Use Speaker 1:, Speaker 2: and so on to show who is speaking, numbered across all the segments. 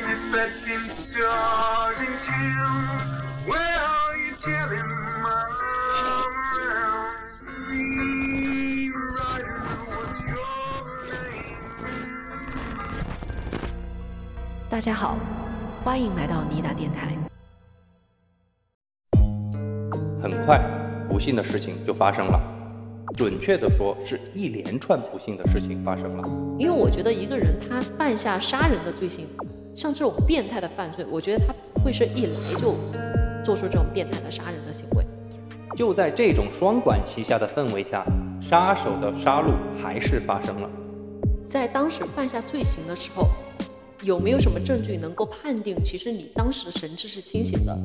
Speaker 1: reflecting stars until where are you telling my love around? Green rider, what's your name?
Speaker 2: 大家好，欢迎来到妮达电台。
Speaker 3: 很快，不幸的事情就发生了。准确的说，是一连串不幸的事情发生了。
Speaker 4: 因为我觉得一个人他犯下杀人的罪行，像这种变态的犯罪，我觉得他不会是一来就做出这种变态的杀人的行为。
Speaker 3: 就在这种双管齐下的氛围下，杀手的杀戮还是发生了。
Speaker 4: 在当时犯下罪行的时候，有没有什么证据能够判定其实你当时神志是清醒的？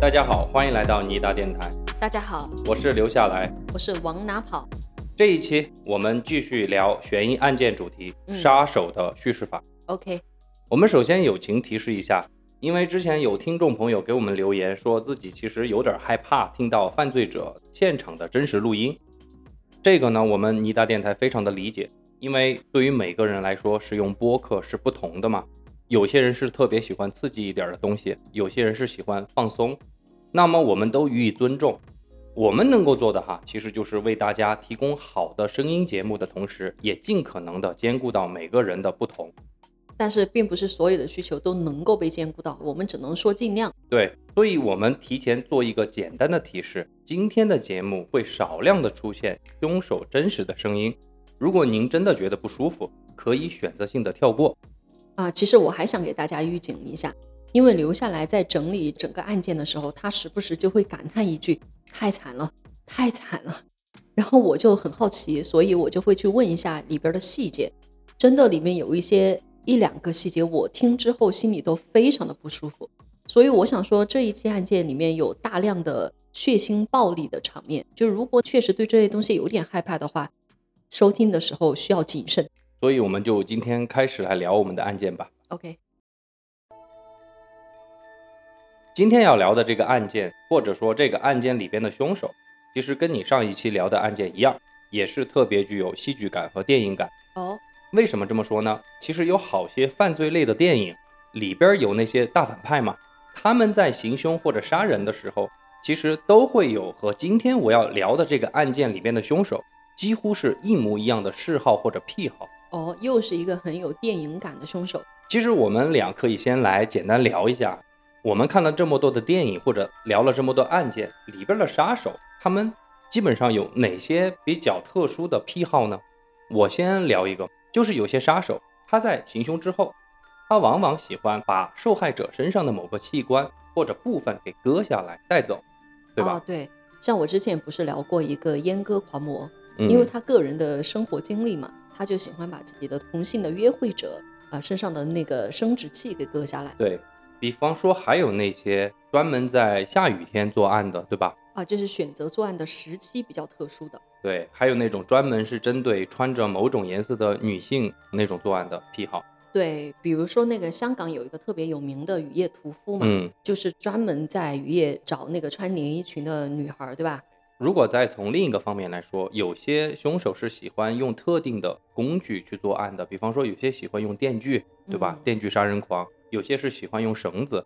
Speaker 3: 大家好，欢迎来到尼达电台，
Speaker 4: 大家好，
Speaker 3: 我是刘下来。
Speaker 4: 我是往哪跑？
Speaker 3: 这一期我们继续聊悬疑案件主题——
Speaker 4: 嗯
Speaker 3: 杀手的叙事法。
Speaker 4: OK，
Speaker 3: 我们首先友情提示一下，因为之前有听众朋友给我们留言，说自己其实有点害怕听到犯罪者现场的真实录音。这个呢，我们尼达电台非常的理解，因为对于每个人来说，使用播客是不同的嘛。有些人是特别喜欢刺激一点的东西，有些人是喜欢放松。那么我们都予以尊重。我们能够做的哈，其实就是为大家提供好的声音节目的同时，也尽可能的兼顾到每个人的不同。
Speaker 4: 但是并不是所有的需求都能够被兼顾到，我们只能说尽量。
Speaker 3: 对，所以我们提前做一个简单的提示，今天的节目会少量的出现凶手真实的声音。如果您真的觉得不舒服，可以选择性的跳过。
Speaker 4: 啊，其实我还想给大家预警一下，因为留下来在整理整个案件的时候，他时不时就会感叹一句：“太惨了，太惨了。”然后我就很好奇，所以我就会去问一下里边的细节。真的，里面有一些一两个细节，我听之后心里都非常的不舒服。所以我想说，这一期案件里面有大量的血腥暴力的场面，就如果确实对这些东西有点害怕的话，收听的时候需要谨慎。
Speaker 3: 所以我们就今天开始来聊我们的案件吧。
Speaker 4: OK，
Speaker 3: 今天要聊的这个案件，或者说这个案件里边的凶手，其实跟你上一期聊的案件一样，也是特别具有戏剧感和电影感。
Speaker 4: 哦、
Speaker 3: 为什么这么说呢？其实有好些犯罪类的电影里边儿有那些大反派嘛，他们在行凶或者杀人的时候，其实都会有和今天我要聊的这个案件里边的凶手几乎是一模一样的嗜好或者癖好。
Speaker 4: 哦，又是一个很有电影感的凶手。
Speaker 3: 其实我们俩可以先来简单聊一下，我们看了这么多的电影或者聊了这么多案件里边的杀手，他们基本上有哪些比较特殊的癖好呢？我先聊一个，就是有些杀手他在行凶之后，他往往喜欢把受害者身上的某个器官或者部分给割下来带走，对吧？
Speaker 4: 哦，对，像我之前不是聊过一个阉割狂魔，
Speaker 3: 嗯
Speaker 4: 因为他个人的生活经历嘛，他就喜欢把自己的同性的约会者啊、身上的那个生殖器给割下来
Speaker 3: 对比方说还有那些专门在下雨天作案的，对吧？
Speaker 4: 啊，这是选择作案的时期比较特殊的。
Speaker 3: 对，还有那种专门是针对穿着某种颜色的女性那种作案的癖好。
Speaker 4: 对，比如说那个香港有一个特别有名的雨夜屠夫嘛，
Speaker 3: 嗯，
Speaker 4: 就是专门在雨夜找那个穿连衣裙的女孩儿，对吧？
Speaker 3: 如果再从另一个方面来说，有些凶手是喜欢用特定的工具去作案的，比方说有些喜欢用电锯，对吧？
Speaker 4: 嗯
Speaker 3: 电锯杀人狂，有些是喜欢用绳子。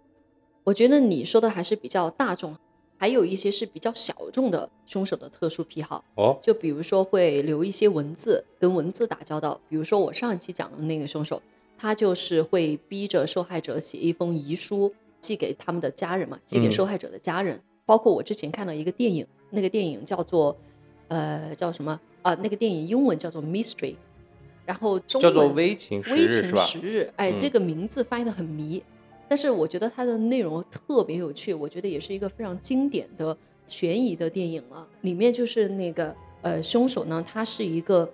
Speaker 4: 我觉得你说的还是比较大众，还有一些是比较小众的凶手的特殊癖好。
Speaker 3: 哦，
Speaker 4: 就比如说会留一些文字，跟文字打交道。比如说我上一期讲的那个凶手，他就是会逼着受害者写一封遗书，寄给他们的家人嘛，寄给
Speaker 3: 嗯
Speaker 4: 受害者的家人。包括我之前看了一个电影，那个电影叫做，呃，叫什么啊？那个电影英文叫做《Mystery》，然后中
Speaker 3: 叫做
Speaker 4: 文
Speaker 3: 微情时
Speaker 4: 微
Speaker 3: 日
Speaker 4: 情
Speaker 3: 是吧？
Speaker 4: 时日，哎，这
Speaker 3: 嗯
Speaker 4: 个名字翻译的很迷，但是我觉得它的内容特别有趣，我觉得也是一个非常经典的悬疑的电影了。里面就是那个呃凶手呢，他是一个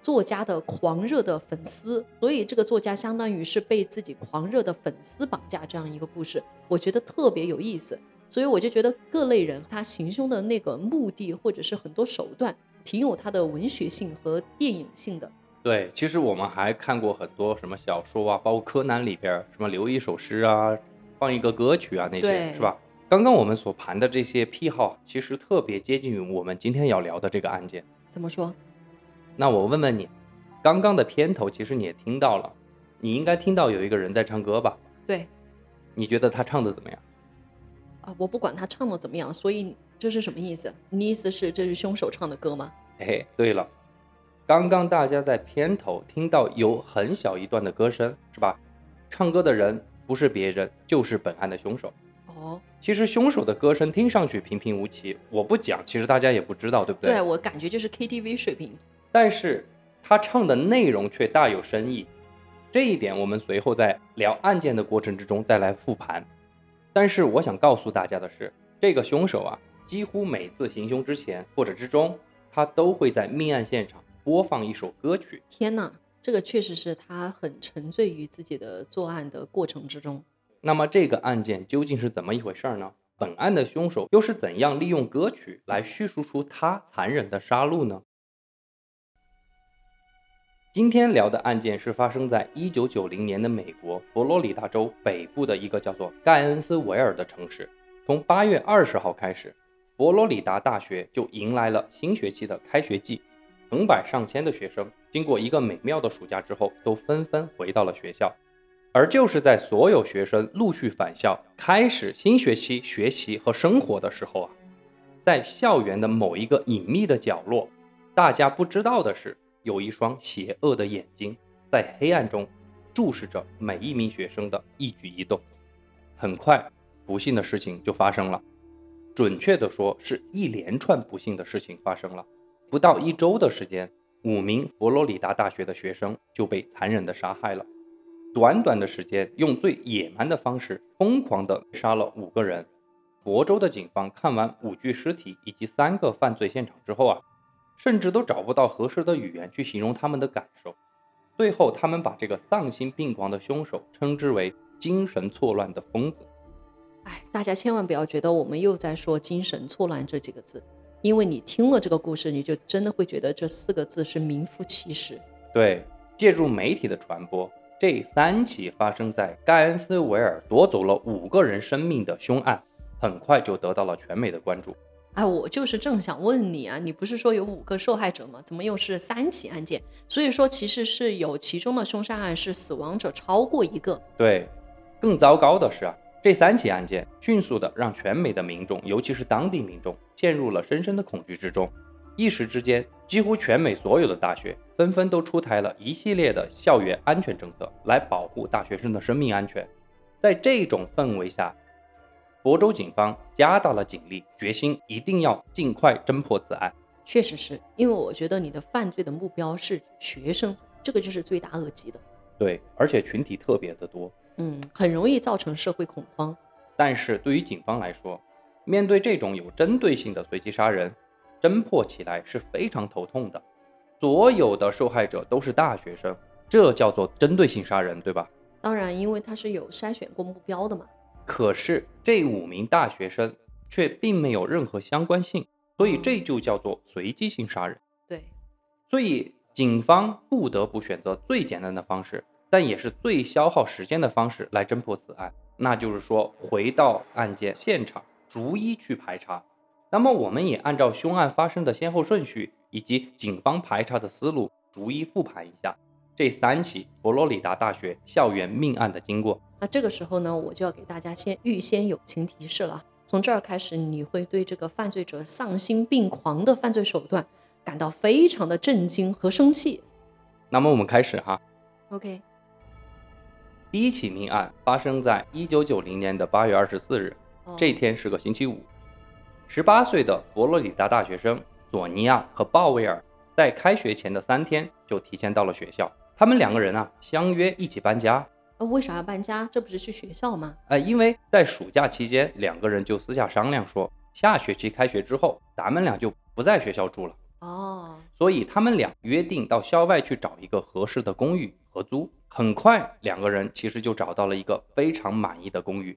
Speaker 4: 作家的狂热的粉丝，所以这个作家相当于是被自己狂热的粉丝绑架这样一个故事，我觉得特别有意思。所以我就觉得各类人他行凶的那个目的或者是很多手段，挺有他的文学性和电影性的。
Speaker 3: 对，其实我们还看过很多什么小说啊，包括柯南里边儿什么留一首诗啊，放一个歌曲啊那些，
Speaker 4: 对
Speaker 3: 是吧？刚刚我们所盘的这些癖好，其实特别接近于我们今天要聊的这个案件。
Speaker 4: 怎么说？
Speaker 3: 那我问问你，刚刚的片头其实你也听到了，你应该听到有一个人在唱歌吧？
Speaker 4: 对
Speaker 3: 你觉得他唱的怎么样？
Speaker 4: 啊，我不管他唱的怎么样，所以这是什么意思？你意思是这是凶手唱的歌吗？
Speaker 3: 哎，对了，刚刚大家在片头听到有很小一段的歌声，是吧？唱歌的人不是别人，就是本案的凶手。
Speaker 4: 哦，
Speaker 3: 其实凶手的歌声听上去平平无奇，我不讲，其实大家也不知道，对不
Speaker 4: 对我感觉就是 KTV 水平。
Speaker 3: 但是他唱的内容却大有深意，这一点我们随后在聊案件的过程之中再来复盘。但是我想告诉大家的是，这个凶手啊，几乎每次行凶之前或者之中，他都会在命案现场播放一首歌曲。
Speaker 4: 天哪，这个确实是他很沉醉于自己的作案的过程之中。
Speaker 3: 那么这个案件究竟是怎么一回事儿呢？本案的凶手又是怎样利用歌曲来叙述出他残忍的杀戮呢？今天聊的案件是发生在一九九零年的美国佛罗里达州北部的一个叫做盖恩斯维尔的城市。从八月二十号开始，佛罗里达大学就迎来了新学期的开学季，成百上千的学生经过一个美妙的暑假之后，都纷纷回到了学校。而就是在所有学生陆续返校，开始新学期学习和生活的时候啊，在校园的某一个隐秘的角落，大家不知道的是，有一双邪恶的眼睛在黑暗中注视着每一名学生的一举一动。很快，不幸的事情就发生了，准确的说，是一连串不幸的事情发生了。不到一周的时间，五名佛罗里达大学的学生就被残忍的杀害了。短短的时间，用最野蛮的方式疯狂地杀了五个人。佛州的警方看完五具尸体以及三个犯罪现场之后啊，甚至都找不到合适的语言去形容他们的感受。最后，他们把这个丧心病狂的凶手称之为“精神错乱的疯子”。
Speaker 4: 哎，大家千万不要觉得我们又在说“精神错乱”这几个字，因为你听了这个故事，你就真的会觉得这四个字是名副其实。
Speaker 3: 对，借助媒体的传播，这三起发生在盖恩斯维尔夺走了五个人生命的凶案，很快就得到了全美的关注。
Speaker 4: 哎，我就是正想问你啊，你不是说有五个受害者吗？怎么又是三起案件？所以说其实是有其中的凶杀案是死亡者超过一个。
Speaker 3: 对，更糟糕的是啊，这三起案件迅速的让全美的民众，尤其是当地民众，陷入了深深的恐惧之中。一时之间，几乎全美所有的大学纷纷都出台了一系列的校园安全政策，来保护大学生的生命安全。在这种氛围下，佛州警方加大了警力，决心一定要尽快侦破此案。
Speaker 4: 确实是因为我觉得你的犯罪的目标是学生，这个就是罪大恶极的。
Speaker 3: 对，而且群体特别的多，
Speaker 4: 嗯，很容易造成社会恐慌。
Speaker 3: 但是对于警方来说，面对这种有针对性的随机杀人，侦破起来是非常头痛的。所有的受害者都是大学生，这叫做针对性杀人，对吧？
Speaker 4: 当然，因为它是有筛选过目标的嘛。
Speaker 3: 可是这五名大学生却并没有任何相关性，所以这就叫做随机性杀人。
Speaker 4: 对，
Speaker 3: 所以警方不得不选择最简单的方式，但也是最消耗时间的方式来侦破此案，那就是说回到案件现场，逐一去排查。那么我们也按照凶案发生的先后顺序以及警方排查的思路，逐一复盘一下这三起佛罗里达大学校园命案的经过。
Speaker 4: 那这个时候呢，我就要给大家先预先友情提示了。从这儿开始，你会对这个犯罪者丧心病狂的犯罪手段感到非常的震惊和生气。
Speaker 3: 那么我们开始哈，
Speaker 4: OK，
Speaker 3: 第一起命案发生在一九九零年的八月二十四日，
Speaker 4: 哦
Speaker 3: 这天是个星期五，十八岁的佛罗里达大学生佐尼亚和鲍威尔在开学前的三天就提前到了学校。他们两个人啊相约一起搬家，
Speaker 4: 呃为啥要搬家？这不是去学校吗？
Speaker 3: 呃，因为在暑假期间，两个人就私下商量说，下学期开学之后，咱们俩就不在学校住了。
Speaker 4: 哦，
Speaker 3: 所以他们俩约定到校外去找一个合适的公寓合租。很快，两个人其实就找到了一个非常满意的公寓。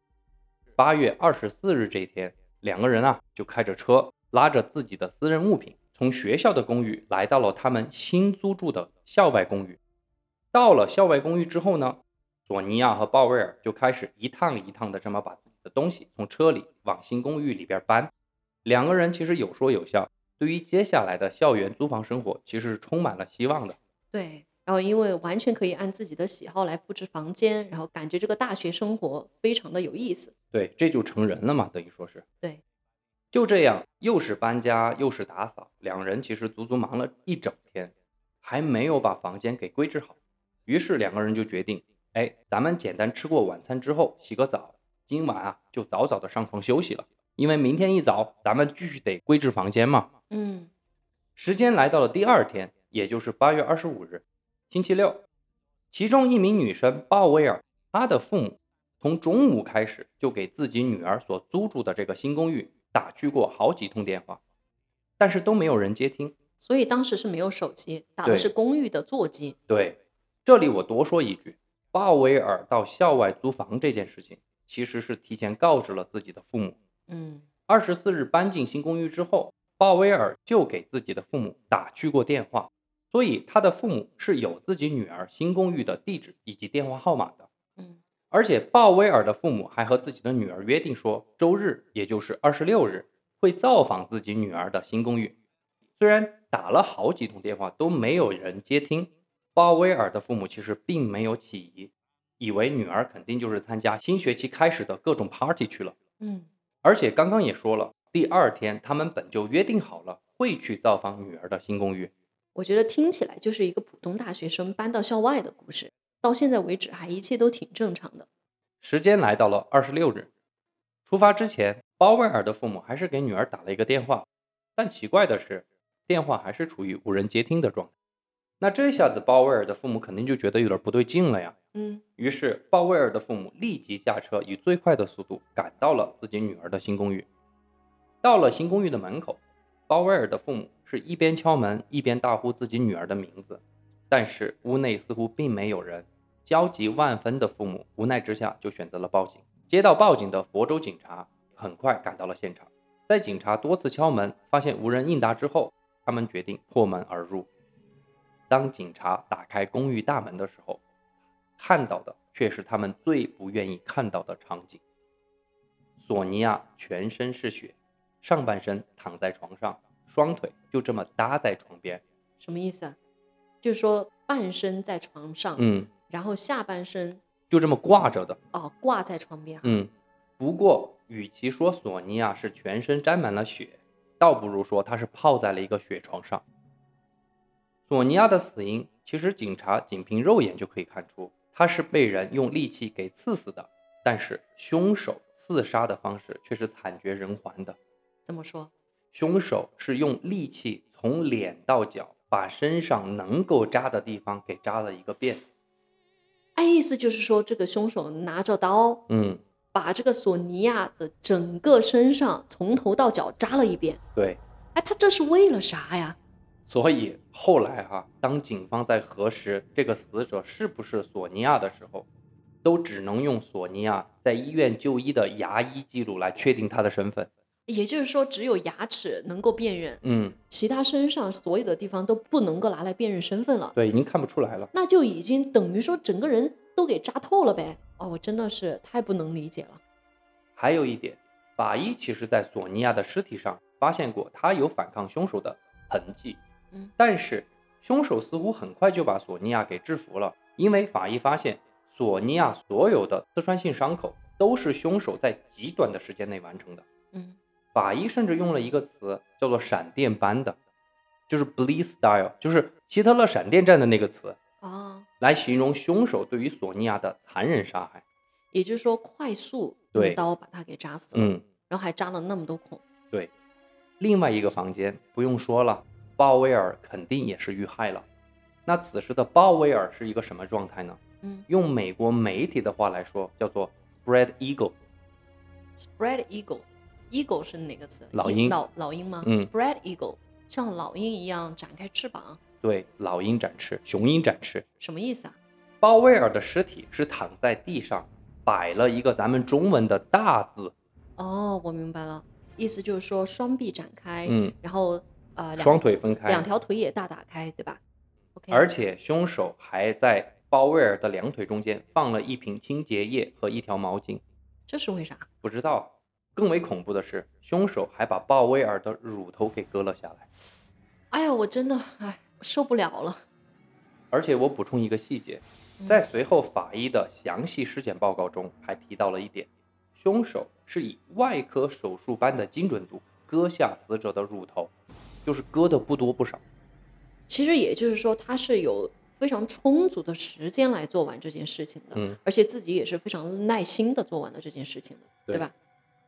Speaker 3: 八月二十四日这一天，两个人啊就开着车，拉着自己的私人物品，从学校的公寓来到了他们新租住的校外公寓。到了校外公寓之后呢，索尼娅和鲍威尔就开始一趟一趟的这么把自己的东西从车里往新公寓里边搬。两个人其实有说有笑，对于接下来的校园租房生活其实是充满了希望的。
Speaker 4: 对，然后因为完全可以按自己的喜好来布置房间，然后感觉这个大学生活非常的有意思。
Speaker 3: 对，这就成人了嘛，等于说是。
Speaker 4: 对。
Speaker 3: 就这样，又是搬家又是打扫，两人其实足足忙了一整天，还没有把房间给归置好。于是两个人就决定，哎，咱们简单吃过晚餐之后洗个澡，今晚啊就早早的上床休息了，因为明天一早咱们继续得归置房间嘛。
Speaker 4: 嗯，
Speaker 3: 时间来到了第二天，也就是八月二十五日，星期六。其中一名女生鲍威尔，她的父母从中午开始就给自己女儿所租住的这个新公寓打去过好几通电话，但是都没有人接听。
Speaker 4: 所以当时是没有手机，打的
Speaker 3: 对
Speaker 4: 是公寓的座机。
Speaker 3: 对，这里我多说一句，鲍威尔到校外租房这件事情，其实是提前告知了自己的父母。
Speaker 4: 嗯，
Speaker 3: 二十四日搬进新公寓之后，鲍威尔就给自己的父母打去过电话，所以他的父母是有自己女儿新公寓的地址以及电话号码的。
Speaker 4: 嗯，
Speaker 3: 而且鲍威尔的父母还和自己的女儿约定说，周日，也就是二十六日，会造访自己女儿的新公寓。虽然打了好几通电话都没有人接听，鲍威尔的父母其实并没有起疑，以为女儿肯定就是参加新学期开始的各种 party 去了。
Speaker 4: 嗯，
Speaker 3: 而且刚刚也说了，第二天他们本就约定好了会去造访女儿的新公寓。
Speaker 4: 我觉得听起来就是一个普通大学生搬到校外的故事。到现在为止，还一切都挺正常的。
Speaker 3: 时间来到了二十六日，出发之前，鲍威尔的父母还是给女儿打了一个电话，但奇怪的是，电话还是处于无人接听的状态。那这下子鲍威尔的父母肯定就觉得有点不对劲了呀。
Speaker 4: 嗯，
Speaker 3: 于是，鲍威尔的父母立即驾车，以最快的速度赶到了自己女儿的新公寓。到了新公寓的门口，鲍威尔的父母是一边敲门一边大呼自己女儿的名字，但是屋内似乎并没有人。焦急万分的父母无奈之下就选择了报警。接到报警的佛州警察很快赶到了现场，在警察多次敲门发现无人应答之后，他们决定破门而入。当警察打开公寓大门的时候，看到的却是他们最不愿意看到的场景。索尼娅全身是血，上半身躺在床上，双腿就这么搭在床边。
Speaker 4: 什么意思啊？就是说半身在床上，
Speaker 3: 嗯，
Speaker 4: 然后下半身
Speaker 3: 就这么挂着的。
Speaker 4: 哦挂在床边。
Speaker 3: 嗯，不过与其说索尼娅是全身沾满了血，倒不如说她是泡在了一个血床上。索尼娅的死因，其实警察仅凭肉眼就可以看出，她是被人用利器给刺死的，但是凶手刺杀的方式却是惨绝人寰的。
Speaker 4: 怎么说？
Speaker 3: 凶手是用利器从脸到脚，把身上能够扎的地方给扎了一个遍。
Speaker 4: 哎，意思就是说，这个凶手拿着刀，
Speaker 3: 嗯，
Speaker 4: 把这个索尼娅的整个身上从头到脚扎了一遍。
Speaker 3: 对。
Speaker 4: 哎，他这是为了啥呀？
Speaker 3: 所以后来哈、当警方在核实这个死者是不是索尼娅的时候，都只能用索尼娅在医院就医的牙医记录来确定她的身份。
Speaker 4: 也就是说，只有牙齿能够辨认，
Speaker 3: 嗯，
Speaker 4: 其他身上所有的地方都不能够拿来辨认身份了。
Speaker 3: 对，已经看不出来了。
Speaker 4: 那就已经等于说整个人都给扎透了呗。哦，我真的是太不能理解了。
Speaker 3: 还有一点，法医其实在索尼娅的尸体上发现过她有反抗凶手的痕迹，
Speaker 4: 嗯
Speaker 3: 但是凶手似乎很快就把索尼娅给制服了，因为法医发现索尼娅所有的刺穿性伤口都是凶手在极短的时间内完成的。
Speaker 4: 嗯，
Speaker 3: 法医甚至用了一个词叫做“闪电般的”，就是 “bleed style”，就是希特勒闪电战的那个词，
Speaker 4: 哦，
Speaker 3: 来形容凶手对于索尼娅的残忍杀害。
Speaker 4: 也就是说，快速
Speaker 3: 对
Speaker 4: 用刀把他给扎死了，
Speaker 3: 嗯，
Speaker 4: 然后还扎了那么多孔。
Speaker 3: 对。另外一个房间不用说了，鲍威尔肯定也是遇害了。那此时的鲍威尔是一个什么状态呢？
Speaker 4: 嗯
Speaker 3: 用美国媒体的话来说，叫做 “spread eagle”。
Speaker 4: ，spread eagle，eagle 是哪个词？
Speaker 3: 老
Speaker 4: 一
Speaker 3: 鹰
Speaker 4: 老老鹰吗、
Speaker 3: 嗯
Speaker 4: s p r e a d eagle 像老鹰一样展开翅膀，
Speaker 3: 对，老鹰展翅，雄鹰展翅。
Speaker 4: 什么意思啊？
Speaker 3: 鲍威尔的尸体是躺在地上，摆了一个咱们中文的大字，
Speaker 4: 哦，我明白了，意思就是说双臂展开，
Speaker 3: 嗯，
Speaker 4: 然后呃两
Speaker 3: 双腿分开，
Speaker 4: 两条腿也大打开，对吧？OK，
Speaker 3: 而且凶手还在鲍威尔的两腿中间放了一瓶清洁液和一条毛巾，
Speaker 4: 这是为啥？
Speaker 3: 不知道更为恐怖的是，凶手还把鲍威尔的乳头给割了下来。
Speaker 4: 哎呀，我真的哎受不了了。
Speaker 3: 而且我补充一个细节，
Speaker 4: 嗯
Speaker 3: 在随后法医的详细尸检报告中还提到了一点，凶手是以外科手术般的精准度割下死者的乳头，就是割的不多不少。
Speaker 4: 其实也就是说，他是有非常充足的时间来做完这件事情的，
Speaker 3: 嗯
Speaker 4: 而且自己也是非常耐心的做完了这件事情的，
Speaker 3: 对
Speaker 4: 吧？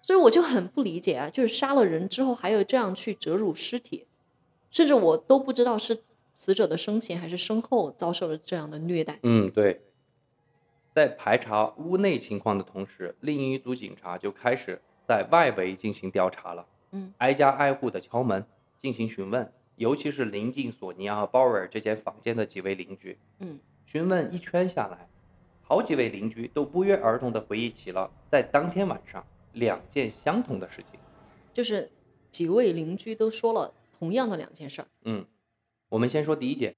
Speaker 4: 所以我就很不理解啊，就是杀了人之后还有这样去折辱尸体，甚至我都不知道是死者的生前还是身后遭受了这样的虐待。
Speaker 3: 嗯，对。在排查屋内情况的同时，另一组警察就开始在外围进行调查了。
Speaker 4: 嗯，
Speaker 3: 挨家挨户的敲门进行询问，尤其是临近索尼娅啊和鲍威尔这间房间的几位邻居。
Speaker 4: 嗯，
Speaker 3: 询问一圈下来，好几位邻居都不约而同地回忆起了在当天晚上两件相同的事情。
Speaker 4: 就是几位邻居都说了同样的两件事儿。
Speaker 3: 嗯，我们先说第一件，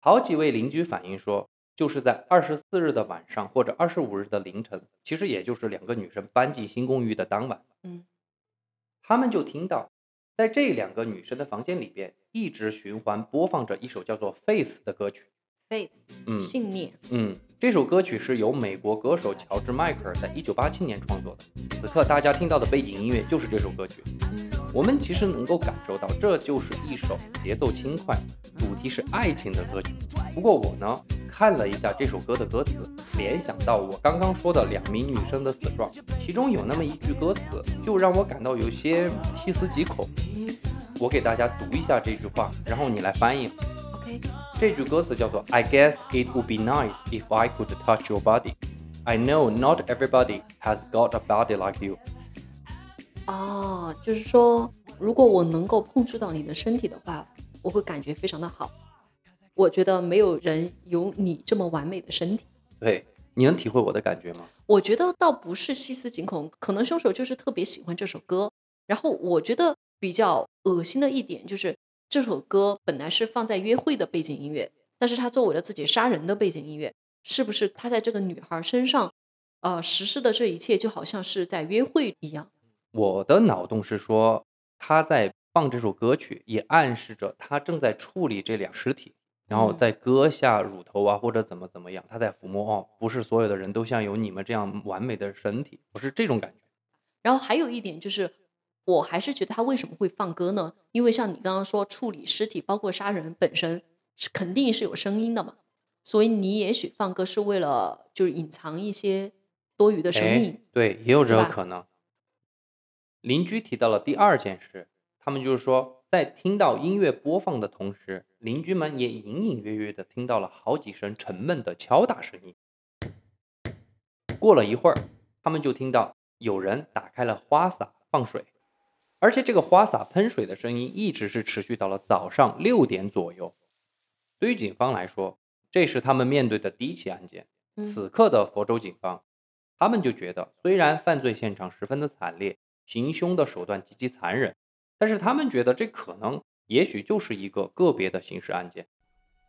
Speaker 3: 好几位邻居反映说，就是在二十四日的晚上或者二十五日的凌晨，其实也就是两个女生搬进新公寓的当晚，
Speaker 4: 嗯，
Speaker 3: 他们就听到，在这两个女生的房间里边一直循环播放着一首叫做《Faith》的歌曲。
Speaker 4: faith
Speaker 3: 嗯
Speaker 4: 信念，
Speaker 3: 嗯，这首歌曲是由美国歌手乔治·迈克尔在1987年创作的。此刻大家听到的背景音乐就是这首歌曲。我们其实能够感受到，这就是一首节奏轻快、主题是爱情的歌曲。不过我呢，看了一下这首歌的歌词，联想到我刚刚说的两名女生的死状，其中有那么一句歌词，就让我感到有些细思极恐。我给大家读一下这句话，然后你来翻译。这句歌词叫做 "I guess it would be nice if I could touch your body. I know not everybody has got a body like you."
Speaker 4: 哦，就是说，如果我能够碰触到你的身体的话，我会感觉非常的好。我觉得没有人有你这么完美的身体。
Speaker 3: 对，你能体会我的感觉吗？
Speaker 4: 我觉得倒不是细思极恐，可能凶手就是特别喜欢这首歌。然后我觉得比较恶心的一点就是，这首歌本来是放在约会的背景音乐，但是他作为了自己杀人的背景音乐，是不是他在这个女孩身上，呃，实施的这一切就好像是在约会一样？
Speaker 3: 我的脑洞是说，他在放这首歌曲，也暗示着他正在处理这俩尸体，然后
Speaker 4: 嗯
Speaker 3: 再割下乳头啊，或者怎么怎么样，他在抚摸哦，不是所有的人都像有你们这样完美的身体，我是这种感觉。
Speaker 4: 然后还有一点就是，我还是觉得他为什么会放歌呢？因为像你刚刚说，处理尸体包括杀人本身是肯定是有声音的嘛，所以你也许放歌是为了就是隐藏一些多余的声
Speaker 3: 哎
Speaker 4: 音。，
Speaker 3: 对，也有这
Speaker 4: 对
Speaker 3: 个
Speaker 4: 吧
Speaker 3: 可能。邻居提到了第二件事，他们就是说，在听到音乐播放的同时，邻居们也隐隐约约的听到了好几声沉闷的敲打声音。过了一会儿，他们就听到有人打开了花洒放水，而且这个花洒喷水的声音一直是持续到了早上六点左右。对于警方来说，这是他们面对的第一起案件。
Speaker 4: 嗯，
Speaker 3: 此刻的佛州警方，他们就觉得，虽然犯罪现场十分的惨烈，行凶的手段极其残忍，但是他们觉得这可能，也许就是一个个别的刑事案件。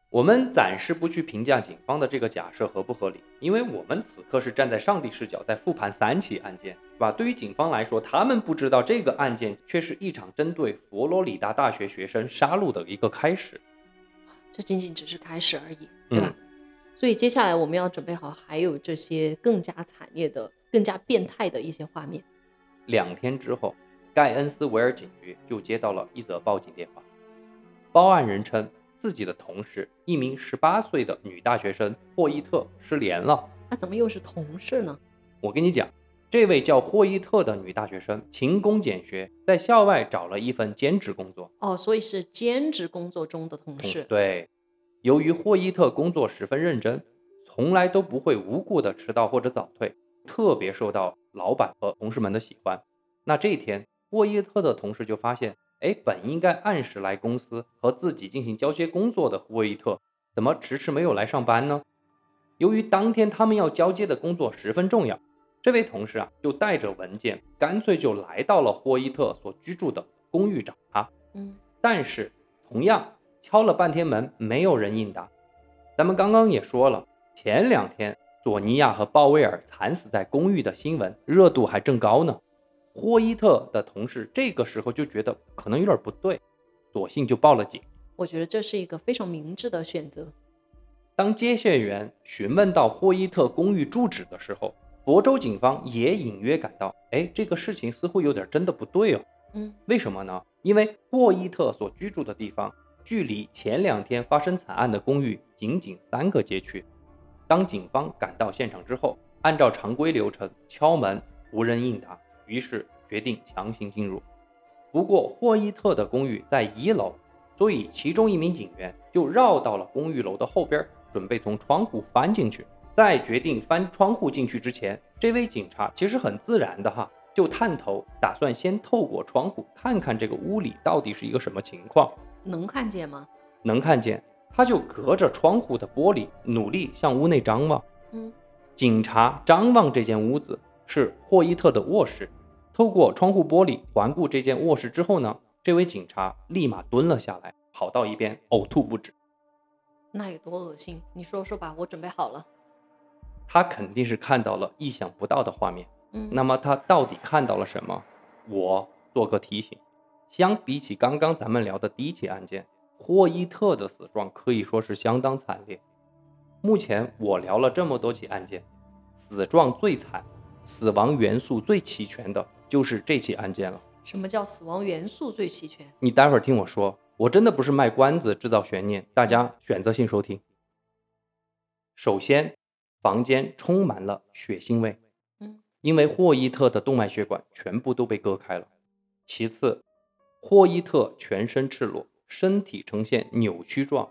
Speaker 3: 我们暂时不去评价警方的这个假设合不合理，因为我们此刻是站在上帝视角在复盘三起案件，是吧？对于警方来说，他们不知道这个案件却是一场针对佛罗里达大学学生杀戮的一个开始。
Speaker 4: 这仅仅只是开始而已，对吧？所以接下来我们要准备好，还有这些更加惨烈的、更加变态的一些画面。
Speaker 3: 两天之后，盖恩斯维尔警局就接到了一则报警电话。报案人称自己的同事，一名18岁的女大学生霍伊特失联了。
Speaker 4: 那怎么又是同事呢？
Speaker 3: 我跟你讲，这位叫霍伊特的女大学生勤工俭学，在校外找了一份兼职工作。
Speaker 4: 哦，所以是兼职工作中的同事。
Speaker 3: 对，由于霍伊特工作十分认真，从来都不会无故的迟到或者早退，特别受到老板和同事们的喜欢。那这一天，霍伊特的同事就发现，哎，本应该按时来公司和自己进行交接工作的霍伊特，怎么迟迟没有来上班呢？由于当天他们要交接的工作十分重要，这位同事啊就带着文件，干脆就来到了霍伊特所居住的公寓找他。
Speaker 4: 嗯，
Speaker 3: 但是同样敲了半天门，没有人应答。咱们刚刚也说了，前两天索尼娅和鲍威尔惨死在公寓的新闻热度还正高呢。霍伊特的同事这个时候就觉得可能有点不对，索性就报了警。
Speaker 4: 我觉得这是一个非常明智的选择。
Speaker 3: 当接线员询问到霍伊特公寓住址的时候，佛州警方也隐约感到，哎，这个事情似乎有点真的不对哦。
Speaker 4: 嗯，
Speaker 3: 为什么呢？因为霍伊特所居住的地方距离前两天发生惨案的公寓仅仅三个街区。当警方赶到现场之后，按照常规流程敲门，无人应答，于是决定强行进入。不过霍伊特的公寓在一楼，所以其中一名警员就绕到了公寓楼的后边，准备从窗户翻进去。在决定翻窗户进去之前，这位警察其实很自然的哈，就探头打算先透过窗户看看这个屋里到底是一个什么情况。
Speaker 4: 能看见吗？
Speaker 3: 能看见，他就隔着窗户的玻璃努力向屋内张望。
Speaker 4: 嗯，
Speaker 3: 警察张望这间屋子是霍伊特的卧室，透过窗户玻璃环顾这间卧室之后呢，这位警察立马蹲了下来，跑到一边呕吐不止。
Speaker 4: 那有多恶心？你说说吧，我准备好了。
Speaker 3: 他肯定是看到了意想不到的画面。
Speaker 4: 嗯，
Speaker 3: 那么他到底看到了什么？我做个提醒，相比起刚刚咱们聊的第一起案件，霍伊特的死状可以说是相当惨烈。目前我聊了这么多起案件，死状最惨、死亡元素最齐全的就是这起案件了。
Speaker 4: 什么叫死亡元素最齐全？
Speaker 3: 你待会儿听我说，我真的不是卖关子制造悬念，大家选择性收听。首先，房间充满了血腥味，
Speaker 4: 嗯，
Speaker 3: 因为霍伊特的动脉血管全部都被割开了。其次，霍伊特全身赤裸，身体呈现扭曲状，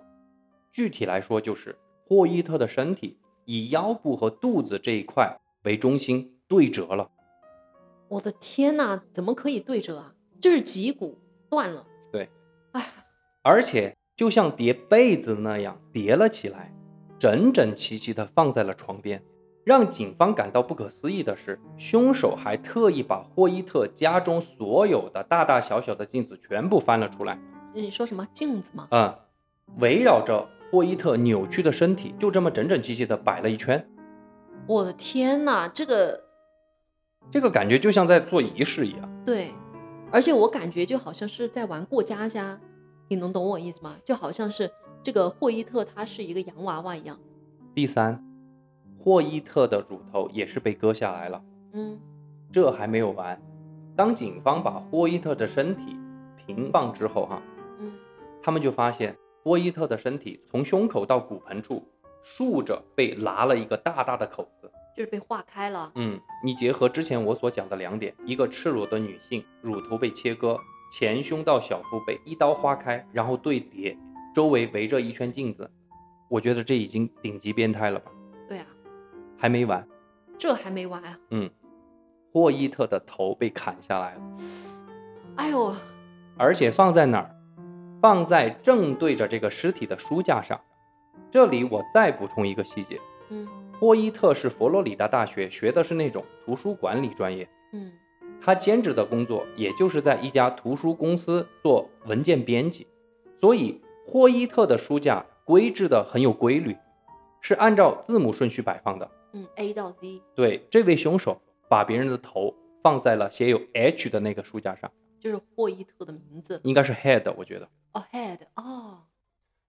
Speaker 3: 具体来说就是霍伊特的身体以腰部和肚子这一块为中心对折了。
Speaker 4: 我的天哪，怎么可以对折啊？就是脊骨断了。
Speaker 3: 而且就像叠被子那样叠了起来，整整齐齐地放在了床边。让警方感到不可思议的是，凶手还特意把霍伊特家中所有的大大小小的镜子全部翻了出来。
Speaker 4: 你说什么镜子吗？
Speaker 3: 嗯，围绕着霍伊特扭曲的身体，就这么整整齐齐地摆了一圈。
Speaker 4: 我的天哪，这个
Speaker 3: 这个感觉就像在做仪式一样。
Speaker 4: 对，而且我感觉就好像是在玩过家家，你能懂我意思吗？就好像是这个霍伊特他是一个洋娃娃一样。
Speaker 3: 第三，霍伊特的乳头也是被割下来了。
Speaker 4: 嗯，
Speaker 3: 这还没有完，当警方把霍伊特的身体平放之后、哈，
Speaker 4: 嗯，
Speaker 3: 他们就发现霍伊特的身体从胸口到骨盆处竖着被拉了一个大大的口子。
Speaker 4: 就是被化开了。
Speaker 3: 嗯，你结合之前我所讲的两点，一个赤裸的女性乳头被切割，前胸到小腹被一刀划开，然后对叠，周围围着一圈镜子，我觉得这已经顶级变态了吧？
Speaker 4: 对啊，
Speaker 3: 还没完，嗯
Speaker 4: 这还没完啊！
Speaker 3: 霍伊特的头被砍下来了。
Speaker 4: 哎呦，
Speaker 3: 而且放在哪儿？放在正对着这个尸体的书架上。这里我再补充一个细节：
Speaker 4: 嗯
Speaker 3: 霍伊特是佛罗里达大学学的是那种图书管理专业，
Speaker 4: 嗯
Speaker 3: 他兼职的工作也就是在一家图书公司做文件编辑，所以霍伊特的书架规制的很有规律，是按照字母顺序摆放的。
Speaker 4: 嗯，A 到 Z
Speaker 3: 对，这位凶手把别人的头放在了写有 H 的那个书架上，
Speaker 4: 就是霍伊特的名字。
Speaker 3: 应该是 head，我觉得。
Speaker 4: 哦，head，哦，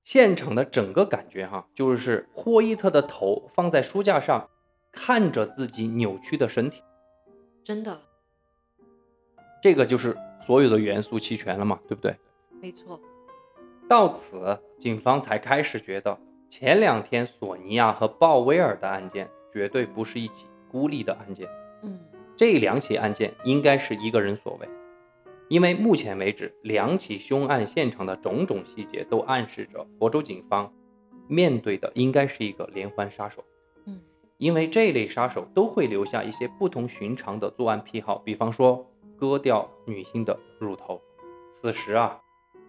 Speaker 3: 现场的整个感觉哈、就是霍伊特的头放在书架上，看着自己扭曲的身体，
Speaker 4: 真的，
Speaker 3: 这个就是所有的元素齐全了嘛，对不对？
Speaker 4: 没错。
Speaker 3: 到此，警方才开始觉得前两天索尼娅和鲍威尔的案件绝对不是一起孤立的案件，
Speaker 4: 嗯，
Speaker 3: 这两起案件应该是一个人所为，因为目前为止，两起凶案现场的种种细节都暗示着佛州警方面对的应该是一个连环杀手。
Speaker 4: 嗯，
Speaker 3: 因为这类杀手都会留下一些不同寻常的作案癖好，比方说割掉女性的乳头。此时啊，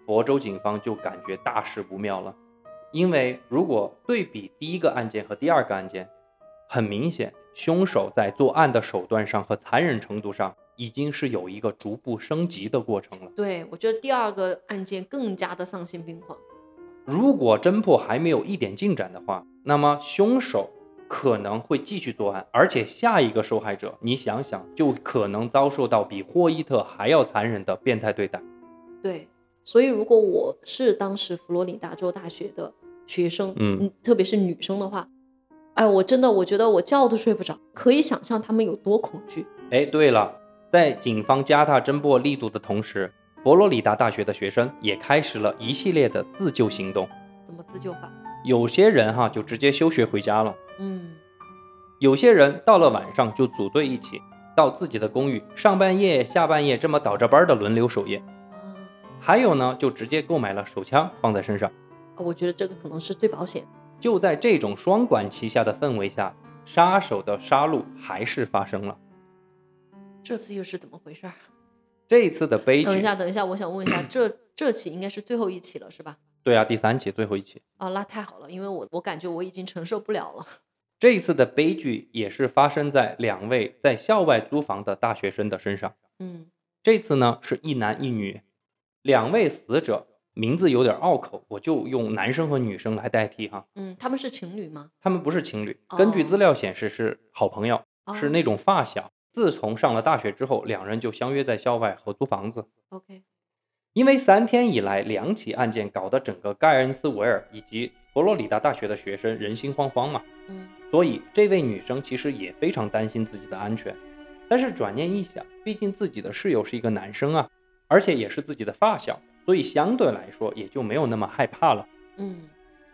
Speaker 3: 佛州警方就感觉大事不妙了，因为如果对比第一个案件和第二个案件，很明显，凶手在作案的手段上和残忍程度上已经是有一个逐步升级的过程了。
Speaker 4: 对，我觉得第二个案件更加的丧心病狂。
Speaker 3: 如果侦破还没有一点进展的话，那么凶手可能会继续作案，而且下一个受害者，你想想，就可能遭受到比霍伊特还要残忍的变态对待。
Speaker 4: 对，所以如果我是当时佛罗里达州大学的学生，
Speaker 3: 嗯，
Speaker 4: 特别是女生的话，哎，我真的我觉得我觉都睡不着，可以想象他们有多恐惧。
Speaker 3: 哎，对了，在警方加大侦破力度的同时，佛罗里达大学的学生也开始了一系列的自救行动。
Speaker 4: 怎么自救法？
Speaker 3: 有些人哈、就直接休学回家了，
Speaker 4: 嗯，
Speaker 3: 有些人到了晚上就组队一起到自己的公寓，上半夜、下半夜这么倒着班的轮流守夜。
Speaker 4: 啊，
Speaker 3: 还有呢，就直接购买了手枪放在身上。
Speaker 4: 我觉得这个可能是最保险。
Speaker 3: 就在这种双管齐下的氛围下，杀手的杀戮还是发生了。
Speaker 4: 这次又是怎么回事儿？
Speaker 3: 这次的悲剧，
Speaker 4: 等一下，等一下，我想问一下，这这期应该是最后一期了，是吧？
Speaker 3: 对啊，第三起最后一起，
Speaker 4: 啊，那太好了，因为我我感觉我已经承受不了了。
Speaker 3: 这一次的悲剧也是发生在两位在校外租房的大学生的身上。
Speaker 4: 嗯，
Speaker 3: 这次呢是一男一女，两位死者名字有点拗口，我就用男生和女生来代替哈。
Speaker 4: 嗯，他们是情侣吗？
Speaker 3: 他们不是情侣，根据资料显示是好朋友，
Speaker 4: 哦、
Speaker 3: 是那种发小。自从上了大学之后，两人就相约在校外合租房子。
Speaker 4: OK，
Speaker 3: 因为三天以来两起案件搞得整个盖恩斯维尔以及佛罗里达大学的学生人心惶惶嘛，
Speaker 4: 嗯
Speaker 3: 所以这位女生其实也非常担心自己的安全。但是转念一想，毕竟自己的室友是一个男生啊，而且也是自己的发小，所以相对来说也就没有那么害怕了。
Speaker 4: 嗯，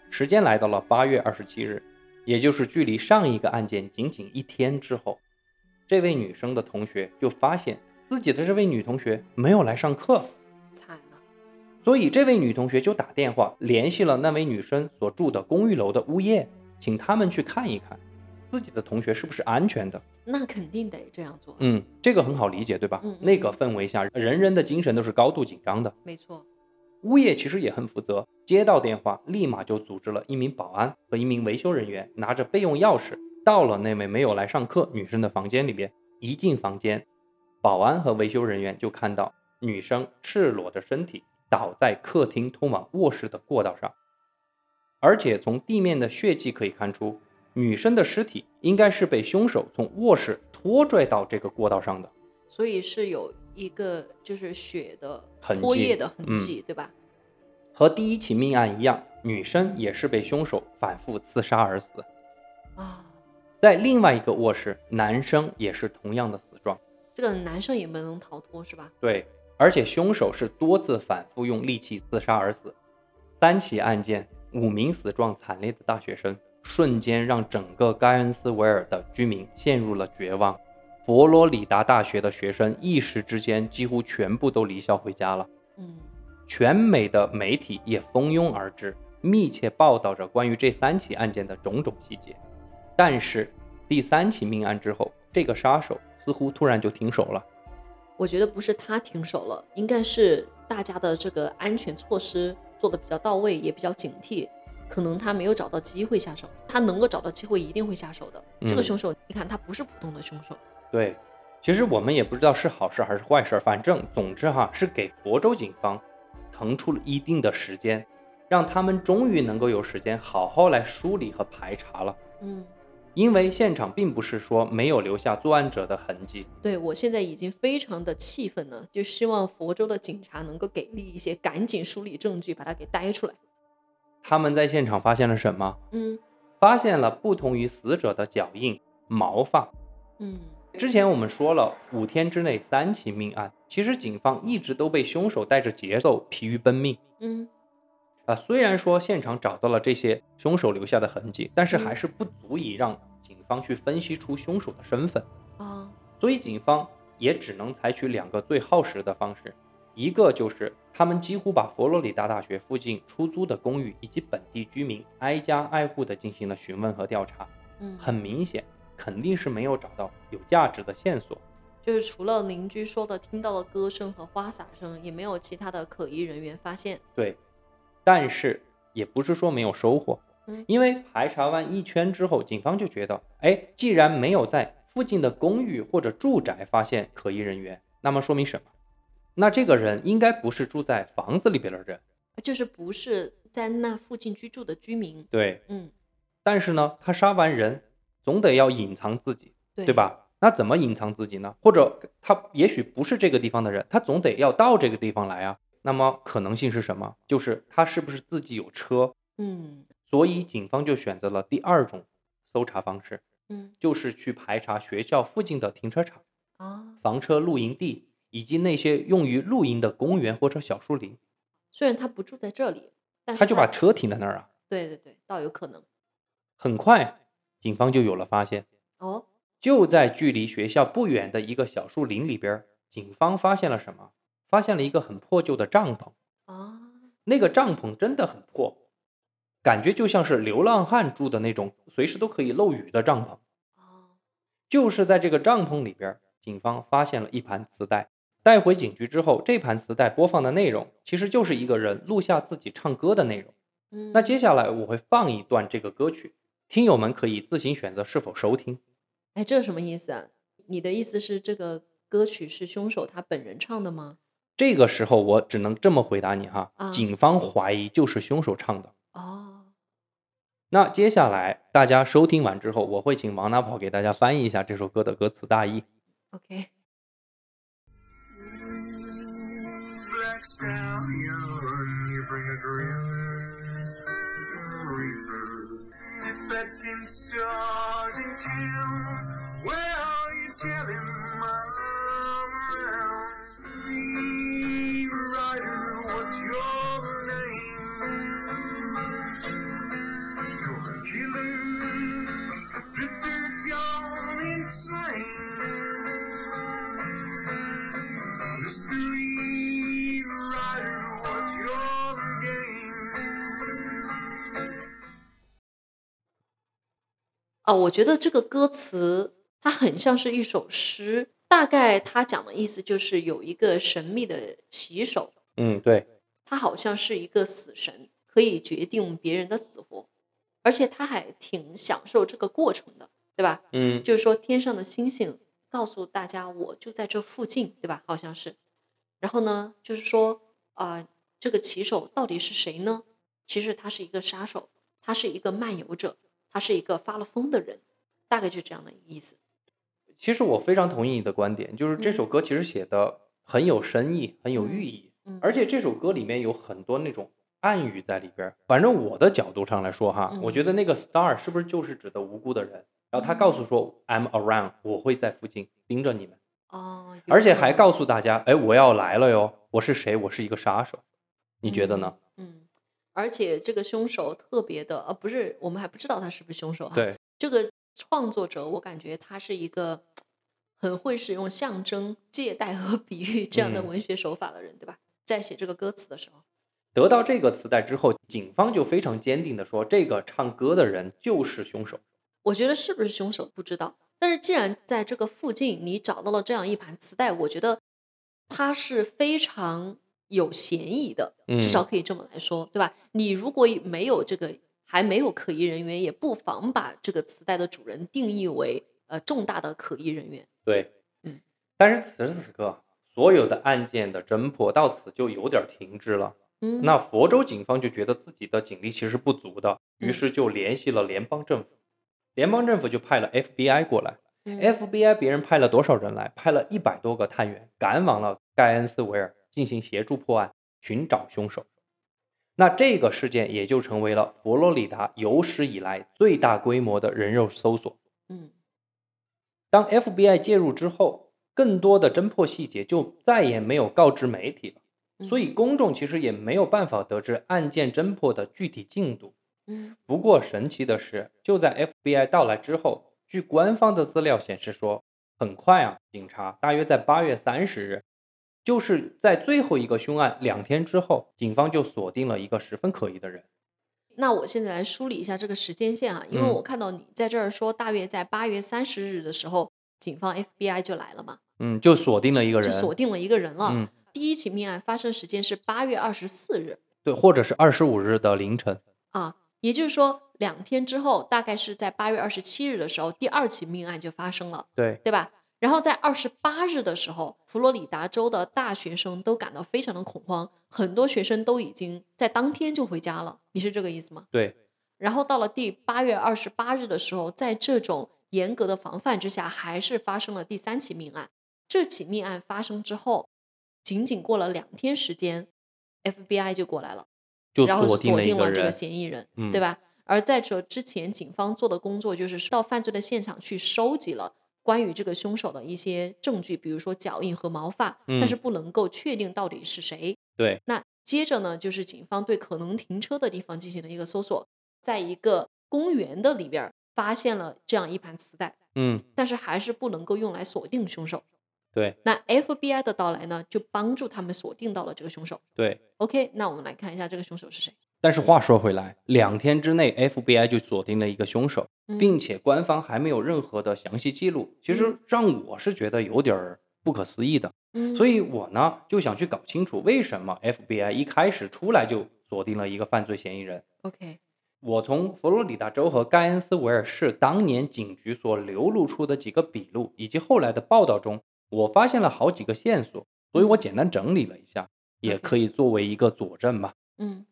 Speaker 3: 时间来到了八月二十七日，也就是距离上一个案件仅仅一天之后，这位女生的同学就发现自己的这位女同学没有来上课。
Speaker 4: 惨了。
Speaker 3: 所以这位女同学就打电话联系了那位女生所住的公寓楼的物业，请他们去看一看自己的同学是不是安全的。
Speaker 4: 那肯定得这样做，
Speaker 3: 嗯，这个很好理解，对吧？
Speaker 4: 嗯嗯
Speaker 3: 那个氛围下，人人的精神都是高度紧张的。
Speaker 4: 没错。
Speaker 3: 物业其实也很负责，接到电话立马就组织了一名保安和一名维修人员，拿着备用钥匙到了那位没有来上课女生的房间里边。一进房间，保安和维修人员就看到女生赤裸着身体倒在客厅通往卧室的过道上，而且从地面的血迹可以看出，女生的尸体应该是被凶手从卧室拖拽到这个过道上的。
Speaker 4: 所以是有一个就是血的
Speaker 3: 痕迹
Speaker 4: 唾液的痕
Speaker 3: 嗯
Speaker 4: 迹，对吧？
Speaker 3: 和第一起命案一样，女生也是被凶手反复刺杀而死。
Speaker 4: 啊，
Speaker 3: 在另外一个卧室，男生也是同样的死状。
Speaker 4: 这个男生也没能逃脱，是吧？
Speaker 3: 对，而且凶手是多次反复用利器自杀而死。三起案件，五名死状惨烈的大学生，瞬间让整个盖恩斯维尔的居民陷入了绝望。佛罗里达大学的学生一时之间几乎全部都离校回家了。
Speaker 4: 嗯，
Speaker 3: 全美的媒体也蜂拥而至，密切报道着关于这三起案件的种种细节。但是第三起命案之后，这个杀手似乎突然就停手了。
Speaker 4: 我觉得不是他停手了，应该是大家的这个安全措施做的比较到位，也比较警惕。可能他没有找到机会下手，他能够找到机会一定会下手的。这个
Speaker 3: 嗯
Speaker 4: 凶手，你看他不是普通的凶手，
Speaker 3: 对，其实我们也不知道是好事还是坏事，反正总之哈，是给佛州警方腾出了一定的时间，让他们终于能够有时间好好来梳理和排查了。
Speaker 4: 嗯，
Speaker 3: 因为现场并不是说没有留下作案者的痕迹，
Speaker 4: 对我现在已经非常的气愤了，就希望佛州的警察能够给力一些，赶紧梳理证据，把他给逮出来。
Speaker 3: 他们在现场发现了什么？
Speaker 4: 嗯
Speaker 3: 发现了不同于死者的脚印、毛发。
Speaker 4: 嗯，
Speaker 3: 之前我们说了，五天之内三起命案，其实警方一直都被凶手带着节奏疲于奔命
Speaker 4: 嗯，
Speaker 3: 啊、虽然说现场找到了这些凶手留下的痕迹，但是还是不足以让警方去分析出凶手的身份，
Speaker 4: 啊，
Speaker 3: 所以警方也只能采取两个最耗时的方式，一个就是他们几乎把佛罗里达大学附近出租的公寓以及本地居民挨家挨户的进行了询问和调查。
Speaker 4: 嗯，
Speaker 3: 很明显，肯定是没有找到有价值的线索。
Speaker 4: 就是除了邻居说的听到的歌声和花洒声，也没有其他的可疑人员发现。
Speaker 3: 对，但是也不是说没有收获
Speaker 4: 嗯，
Speaker 3: 因为排查完一圈之后，警方就觉得，哎，既然没有在附近的公寓或者住宅发现可疑人员，那么说明什么？那这个人应该不是住在房子里边的人。
Speaker 4: 就是不是在那附近居住的居民。
Speaker 3: 对，
Speaker 4: 嗯，
Speaker 3: 但是呢，他杀完人总得要隐藏自己，
Speaker 4: 对
Speaker 3: 对？吧？那怎么隐藏自己呢？或者他也许不是这个地方的人，他总得要到这个地方来啊。那么可能性是什么？就是他是不是自己有车？
Speaker 4: 嗯
Speaker 3: 所以警方就选择了第二种搜查方式，
Speaker 4: 嗯
Speaker 3: 就是去排查学校附近的停车场、
Speaker 4: 啊，
Speaker 3: 房车露营地以及那些用于露营的公园或者小树林。
Speaker 4: 虽然他不住在这里，但是
Speaker 3: 他就把车停在那儿啊。
Speaker 4: 对对对，倒有可能
Speaker 3: 很快，警方就有了发现。
Speaker 4: 哦，
Speaker 3: 就在距离学校不远的一个小树林里边儿，警方发现了什么？发现了一个很破旧的帐篷。
Speaker 4: 啊，
Speaker 3: 那个帐篷真的很破，感觉就像是流浪汉住的那种随时都可以漏雨的帐篷。
Speaker 4: 哦，
Speaker 3: 就是在这个帐篷里边儿，警方发现了一盘磁带。带回警局之后，这盘磁带播放的内容其实就是一个人录下自己唱歌的内容。
Speaker 4: 嗯，
Speaker 3: 那接下来我会放一段这个歌曲，听友们可以自行选择是否收听。
Speaker 4: 哎，这是什么意思啊？你的意思是这个歌曲是凶手他本人唱的吗？
Speaker 3: 这个时候我只能这么回答你哈
Speaker 4: 啊，
Speaker 3: 警方怀疑就是凶手唱的。
Speaker 4: 哦，
Speaker 3: 那接下来大家收听完之后，我会请王拿跑给大家翻译一下这首歌的歌词大意。
Speaker 4: OK，
Speaker 1: Black stallion, you bring a grim reaper. If betting stars in town, well, you tell him my love around. Green Rider, what's your name? You're a killer, drifter, you're insane. Mystery Rider, what's your game?
Speaker 4: 哦，我觉得这个歌词它很像是一首诗，大概它讲的意思就是有一个神秘的骑手，
Speaker 3: 嗯，对，
Speaker 4: 他好像是一个死神，可以决定别人的死活，而且他还挺享受这个过程的，对吧？
Speaker 3: 嗯，
Speaker 4: 就是说天上的星星告诉大家，我就在这附近，对吧？好像是。然后呢，就是说啊、呃这个骑手到底是谁呢？其实他是一个杀手，他是一个漫游者，他是一个发了疯的人，大概就这样的意思。
Speaker 3: 其实我非常同意你的观点，就是这首歌其实写的很有深意，很有寓意，
Speaker 4: 嗯嗯，
Speaker 3: 而且这首歌里面有很多那种暗语在里边儿。反正我的角度上来说哈，
Speaker 4: 嗯
Speaker 3: 我觉得那个 star 是不是就是指的无辜的人？然后他告诉说 I'm around，我会在附近盯着你们，
Speaker 4: 哦，有
Speaker 3: 而且
Speaker 4: 可
Speaker 3: 还
Speaker 4: 能
Speaker 3: 告诉大家，哎，我要来了哟，我是谁？我是一个杀手，你觉得呢？
Speaker 4: 嗯，而且这个凶手特别的，呃，不是，我们还不知道他是不是凶手哈。
Speaker 3: 对，
Speaker 4: 这个创作者，我感觉他是一个很会使用象征、借代和比喻这样的
Speaker 3: 嗯
Speaker 4: 文学手法的人，对吧？在写这个歌词的时候，
Speaker 3: 得到这个磁带之后，警方就非常坚定的说，这个唱歌的人就是凶手。
Speaker 4: 我觉得是不是凶手不知道，但是既然在这个附近你找到了这样一盘磁带，我觉得它是非常有嫌疑的，
Speaker 3: 嗯
Speaker 4: 至少可以这么来说，对吧？你如果没有这个还没有可疑人员，也不妨把这个磁带的主人定义为呃重大的可疑人员。
Speaker 3: 对，
Speaker 4: 嗯。
Speaker 3: 但是此时此刻，所有的案件的侦破到此就有点停滞了。
Speaker 4: 嗯，
Speaker 3: 那佛州警方就觉得自己的警力其实是不足的，于
Speaker 4: 嗯
Speaker 3: 是就联系了联邦政府，联邦政府就派了 FBI 过来。
Speaker 4: 嗯
Speaker 3: FBI 别人派了多少人来？派了一百多个探员，赶往了盖恩斯维尔进行协助破案，寻找凶手。那这个事件也就成为了佛罗里达有史以来最大规模的人肉搜索。
Speaker 4: 嗯
Speaker 3: 当 FBI 介入之后，更多的侦破细节就再也没有告知媒体了，
Speaker 4: 嗯
Speaker 3: 所以公众其实也没有办法得知案件侦破的具体进度。
Speaker 4: 嗯
Speaker 3: 不过神奇的是，就在 FBI 到来之后，据官方的资料显示说，很快啊，警察大约在八月三十日，就是在最后一个凶案两天之后，警方就锁定了一个十分可疑的人。
Speaker 4: 那我现在来梳理一下这个时间线啊，因为
Speaker 3: 嗯
Speaker 4: 我看到你在这儿说，大约在八月三十日的时候，警方 FBI 就来了嘛，
Speaker 3: 嗯，就锁定了一个
Speaker 4: 就
Speaker 3: 人，
Speaker 4: 锁定了一个人了。
Speaker 3: 嗯，
Speaker 4: 第一起命案发生时间是八月二十四日
Speaker 3: 对，或者是二十五日的凌晨。
Speaker 4: 啊，也就是说两天之后，大概是在八月二十七日的时候，第二起命案就发生了，
Speaker 3: 对，
Speaker 4: 对吧？然后在二十八日的时候，佛罗里达州的大学生都感到非常的恐慌，很多学生都已经在当天就回家了。你是这个意思吗？
Speaker 3: 对，
Speaker 4: 然后到了第八月二十八日的时候，在这种严格的防范之下，还是发生了第三起命案。这起命案发生之后，仅仅过了两天时间，FBI 就过来了，
Speaker 3: 就
Speaker 4: 然后就
Speaker 3: 锁定
Speaker 4: 锁
Speaker 3: 了一
Speaker 4: 定
Speaker 3: 个
Speaker 4: 了这个
Speaker 3: 人，
Speaker 4: 嫌疑人，
Speaker 3: 嗯
Speaker 4: 对吧？而在这之前，警方做的工作就是到犯罪的现场去收集了关于这个凶手的一些证据，比如说脚印和毛发，但是不能够确定到底是谁。
Speaker 3: 嗯对，
Speaker 4: 那接着呢，就是警方对可能停车的地方进行了一个搜索，在一个公园的里边儿发现了这样一盘磁带，
Speaker 3: 嗯，
Speaker 4: 但是还是不能够用来锁定凶手。
Speaker 3: 对
Speaker 4: 那 FBI 的到来呢，就帮助他们锁定到了这个凶手。
Speaker 3: 对。
Speaker 4: OK，那我们来看一下这个凶手是谁，
Speaker 3: 但是话说回来，两天之内，FBI 就锁定了一个凶手，
Speaker 4: 嗯
Speaker 3: 并且官方还没有任何的详细记录。其实
Speaker 4: 嗯
Speaker 3: 让我是觉得有点儿不可思议的。所以我呢就想去搞清楚为什么 FBI 一开始出来就锁定了一个犯罪嫌疑人。
Speaker 4: OK，
Speaker 3: 我从佛罗里达州和盖恩斯维尔市当年警局所流露出的几个笔录以及后来的报道中，我发现了好几个线索，所以
Speaker 4: 嗯
Speaker 3: 我简单整理了一下，也
Speaker 4: OK
Speaker 3: 可以作为一个佐证吧。
Speaker 4: 嗯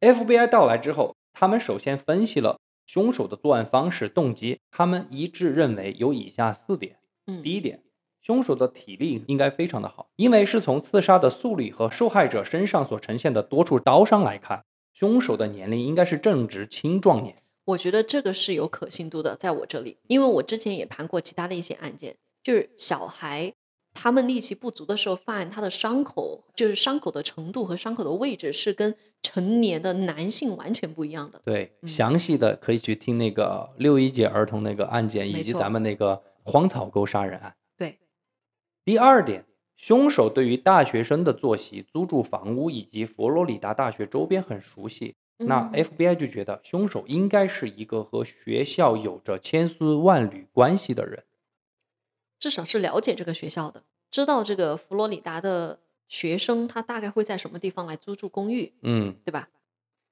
Speaker 3: FBI 到来之后，他们首先分析了凶手的作案方式、动机，他们一致认为有以下四点。
Speaker 4: 嗯，
Speaker 3: 第一点，凶手的体力应该非常的好，因为是从刺杀的速率和受害者身上所呈现的多处刀伤来看，凶手的年龄应该是正值青壮年。
Speaker 4: 我觉得这个是有可信度的，在我这里，因为我之前也盘过其他的一些案件，就是小孩他们力气不足的时候犯案，他的伤口就是伤口的程度和伤口的位置是跟成年的男性完全不一样的。
Speaker 3: 对，
Speaker 4: 嗯
Speaker 3: 详细的可以去听那个六一届儿童那个案件，以
Speaker 4: 没
Speaker 3: 及
Speaker 4: 错
Speaker 3: 咱们那个荒草沟杀人案。
Speaker 4: 对，
Speaker 3: 第二点，凶手对于大学生的作息、租住房屋以及佛罗里达大学周边很熟悉，那
Speaker 4: 嗯
Speaker 3: FBI 就觉得凶手应该是一个和学校有着千丝万缕关系的人。
Speaker 4: 至少是了解这个学校的，知道这个佛罗里达的学生他大概会在什么地方来租住公寓，
Speaker 3: 嗯，
Speaker 4: 对吧？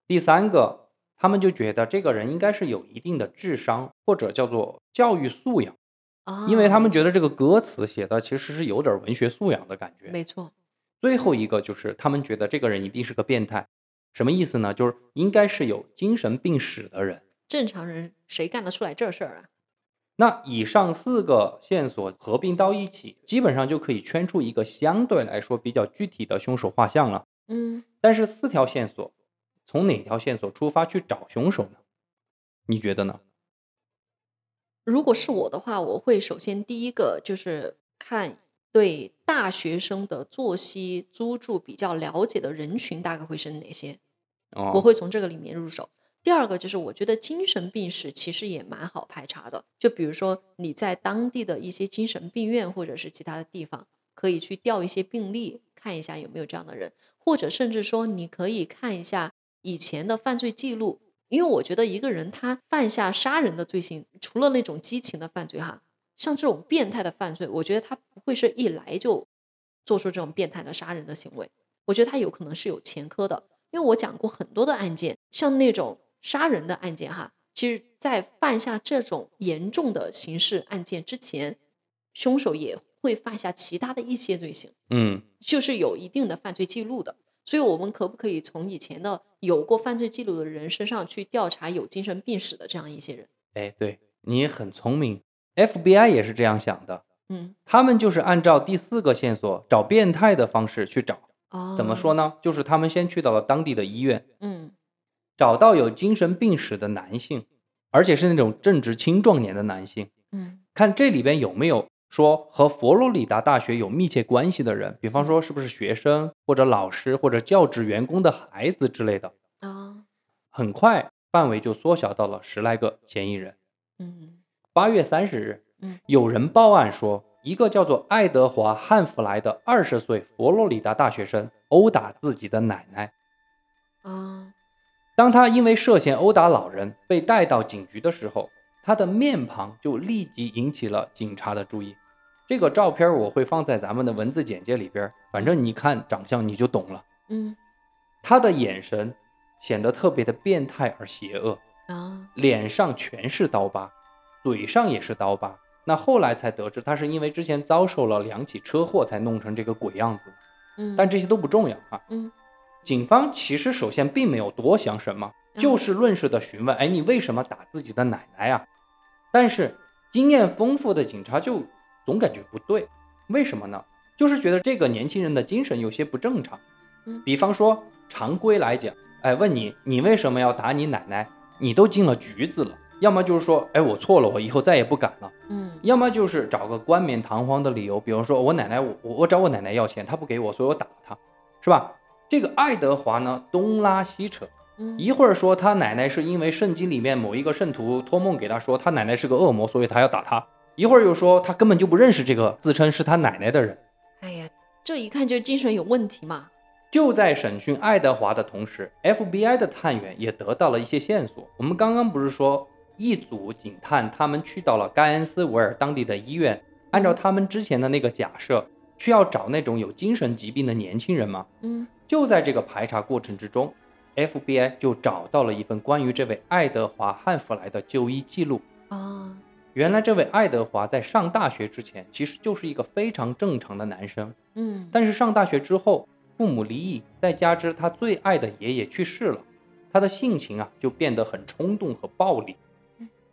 Speaker 3: 第三个，他们就觉得这个人应该是有一定的智商，或者叫做教育素养，
Speaker 4: 啊，
Speaker 3: 因为他们
Speaker 4: 没
Speaker 3: 觉得这个歌词写的其实是有点文学素养的感觉。
Speaker 4: 没错，
Speaker 3: 最后一个就是他们觉得这个人一定是个变态，什么意思呢？就是应该是有精神病史的人。
Speaker 4: 正常人谁干得出来这事儿啊？
Speaker 3: 那以上四个线索合并到一起，基本上就可以圈出一个相对来说比较具体的凶手画像了。
Speaker 4: 嗯，
Speaker 3: 但是四条线索，从哪条线索出发去找凶手呢？你觉得呢？
Speaker 4: 如果是我的话，我会首先第一个就是看对大学生的作息、租住比较了解的人群大概会是哪些，
Speaker 3: 哦，
Speaker 4: 我会从这个里面入手。第二个就是我觉得精神病史其实也蛮好排查的，就比如说你在当地的一些精神病院或者是其他的地方，可以去调一些病例，看一下有没有这样的人，或者甚至说你可以看一下以前的犯罪记录，因为我觉得一个人他犯下杀人的罪行，除了那种激情的犯罪哈，像这种变态的犯罪，我觉得他不会是一来就做出这种变态的杀人的行为，我觉得他有可能是有前科的，因为我讲过很多的案件，像那种杀人的案件哈，其实，在犯下这种严重的刑事案件之前，凶手也会犯下其他的一些罪行，
Speaker 3: 嗯，
Speaker 4: 就是有一定的犯罪记录的。所以，我们可不可以从以前的有过犯罪记录的人身上去调查有精神病史的这样一些人？
Speaker 3: 哎，对你很聪明，FBI 也是这样想的，
Speaker 4: 嗯，
Speaker 3: 他们就是按照第四个线索找变态的方式去找。
Speaker 4: 哦，
Speaker 3: 怎么说
Speaker 4: 呢？
Speaker 3: 呢？就是他们先去到了当地的医院，
Speaker 4: 嗯
Speaker 3: 找到有精神病史的男性，而且是那种正值青壮年的男性，
Speaker 4: 嗯
Speaker 3: 看这里边有没有说和佛罗里达大学有密切关系的人，比方说是不是学生或者老师或者教职员工的孩子之类的。
Speaker 4: 啊、哦、
Speaker 3: 很快范围就缩小到了十来个嫌疑人。
Speaker 4: 嗯
Speaker 3: 八月三十日，
Speaker 4: 嗯
Speaker 3: 有人报案说，一个叫做爱德华·汉弗莱的二十岁佛罗里达大学生殴打自己的奶奶。
Speaker 4: 啊、哦、
Speaker 3: 当他因为涉嫌殴打老人被带到警局的时候，他的面庞就立即引起了警察的注意。这个照片我会放在咱们的文字简介里边儿，反正你看长相你就懂了。
Speaker 4: 嗯
Speaker 3: 他的眼神显得特别的变态而邪恶，
Speaker 4: 啊、哦、
Speaker 3: 脸上全是刀疤，嘴上也是刀疤。那后来才得知，他是因为之前遭受了两起车祸才弄成这个鬼样子的。
Speaker 4: 嗯，
Speaker 3: 但这些都不重要啊。
Speaker 4: 嗯，
Speaker 3: 警方其实首先并没有多想什么，就事论事的询问，哎，你为什么打自己的奶奶啊？但是经验丰富的警察就总感觉不对，为什么呢？就是觉得这个年轻人的精神有些不正常
Speaker 4: 嗯。
Speaker 3: 比方说，常规来讲，哎，问你你为什么要打你奶奶？你都进了局子了，要么就是说，哎，我错了，我以后再也不敢了。
Speaker 4: 嗯
Speaker 3: 要么就是找个冠冕堂皇的理由，比如说我奶奶，我我我找我奶奶要钱，她不给我，所以我打她，是吧？这个爱德华呢，东拉西扯，
Speaker 4: 嗯
Speaker 3: 一会儿说他奶奶是因为圣经里面某一个圣徒托梦给他说他奶奶是个恶魔，所以他要打他；一会儿又说他根本就不认识这个自称是他奶奶的人。
Speaker 4: 哎呀，这一看就是精神有问题嘛。
Speaker 3: 就在审讯爱德华的同时，FBI 的探员也得到了一些线索。我们刚刚不是说一组警探他们去到了盖恩斯维尔当地的医院，按照他们之前的那个假设，需要找那种有精神疾病的年轻人吗？
Speaker 4: 嗯
Speaker 3: 就在这个排查过程之中，FBI 就找到了一份关于这位爱德华·汉弗莱的就医记录。
Speaker 4: 啊，
Speaker 3: 原来，这位爱德华在上大学之前，其实就是一个非常正常的男生。
Speaker 4: 嗯
Speaker 3: 但是上大学之后，父母离异，再加之他最爱的爷爷去世了，他的性情啊就变得很冲动和暴力。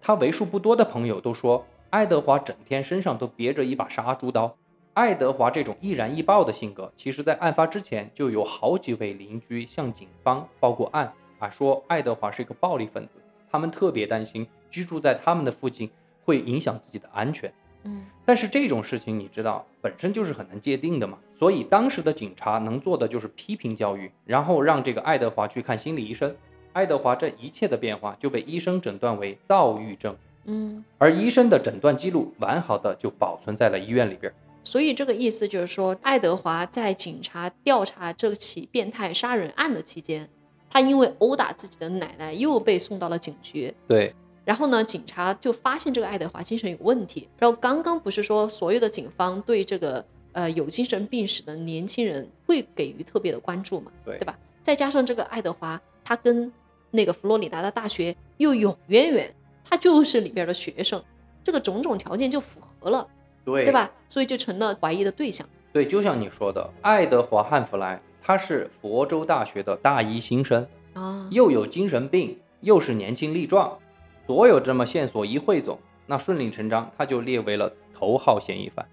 Speaker 3: 他为数不多的朋友都说，爱德华整天身上都别着一把杀猪刀。爱德华这种易燃易爆的性格，其实在案发之前就有好几位邻居向警方报过案啊，说爱德华是一个暴力分子，他们特别担心居住在他们的附近会影响自己的安全。
Speaker 4: 嗯
Speaker 3: 但是这种事情你知道，本身就是很难界定的嘛。所以当时的警察能做的就是批评教育，然后让这个爱德华去看心理医生。爱德华这一切的变化就被医生诊断为躁郁症，
Speaker 4: 嗯，
Speaker 3: 而医生的诊断记录完好的就保存在了医院里边。
Speaker 4: 所以这个意思就是说，爱德华在警察调查这起变态杀人案的期间，他因为殴打自己的奶奶，又被送到了警局。
Speaker 3: 对，
Speaker 4: 然后呢，警察就发现这个爱德华精神有问题。然后刚刚不是说所有的警方对这个呃有精神病史的年轻人会给予特别的关注嘛？
Speaker 3: 对
Speaker 4: 吧？再加上这个爱德华，他跟那个佛罗里达的大学又有渊源，他就是里边的学生，这个种种条件就符合了，
Speaker 3: 对
Speaker 4: 对？吧？所以就成了怀疑的对象。
Speaker 3: 对，就像你说的，爱德华·汉弗莱，他是佛州大学的大一新生，
Speaker 4: 啊，
Speaker 3: 又有精神病，又是年轻力壮，所有这么线索一汇总，那顺理成章他就列为了头号嫌疑犯。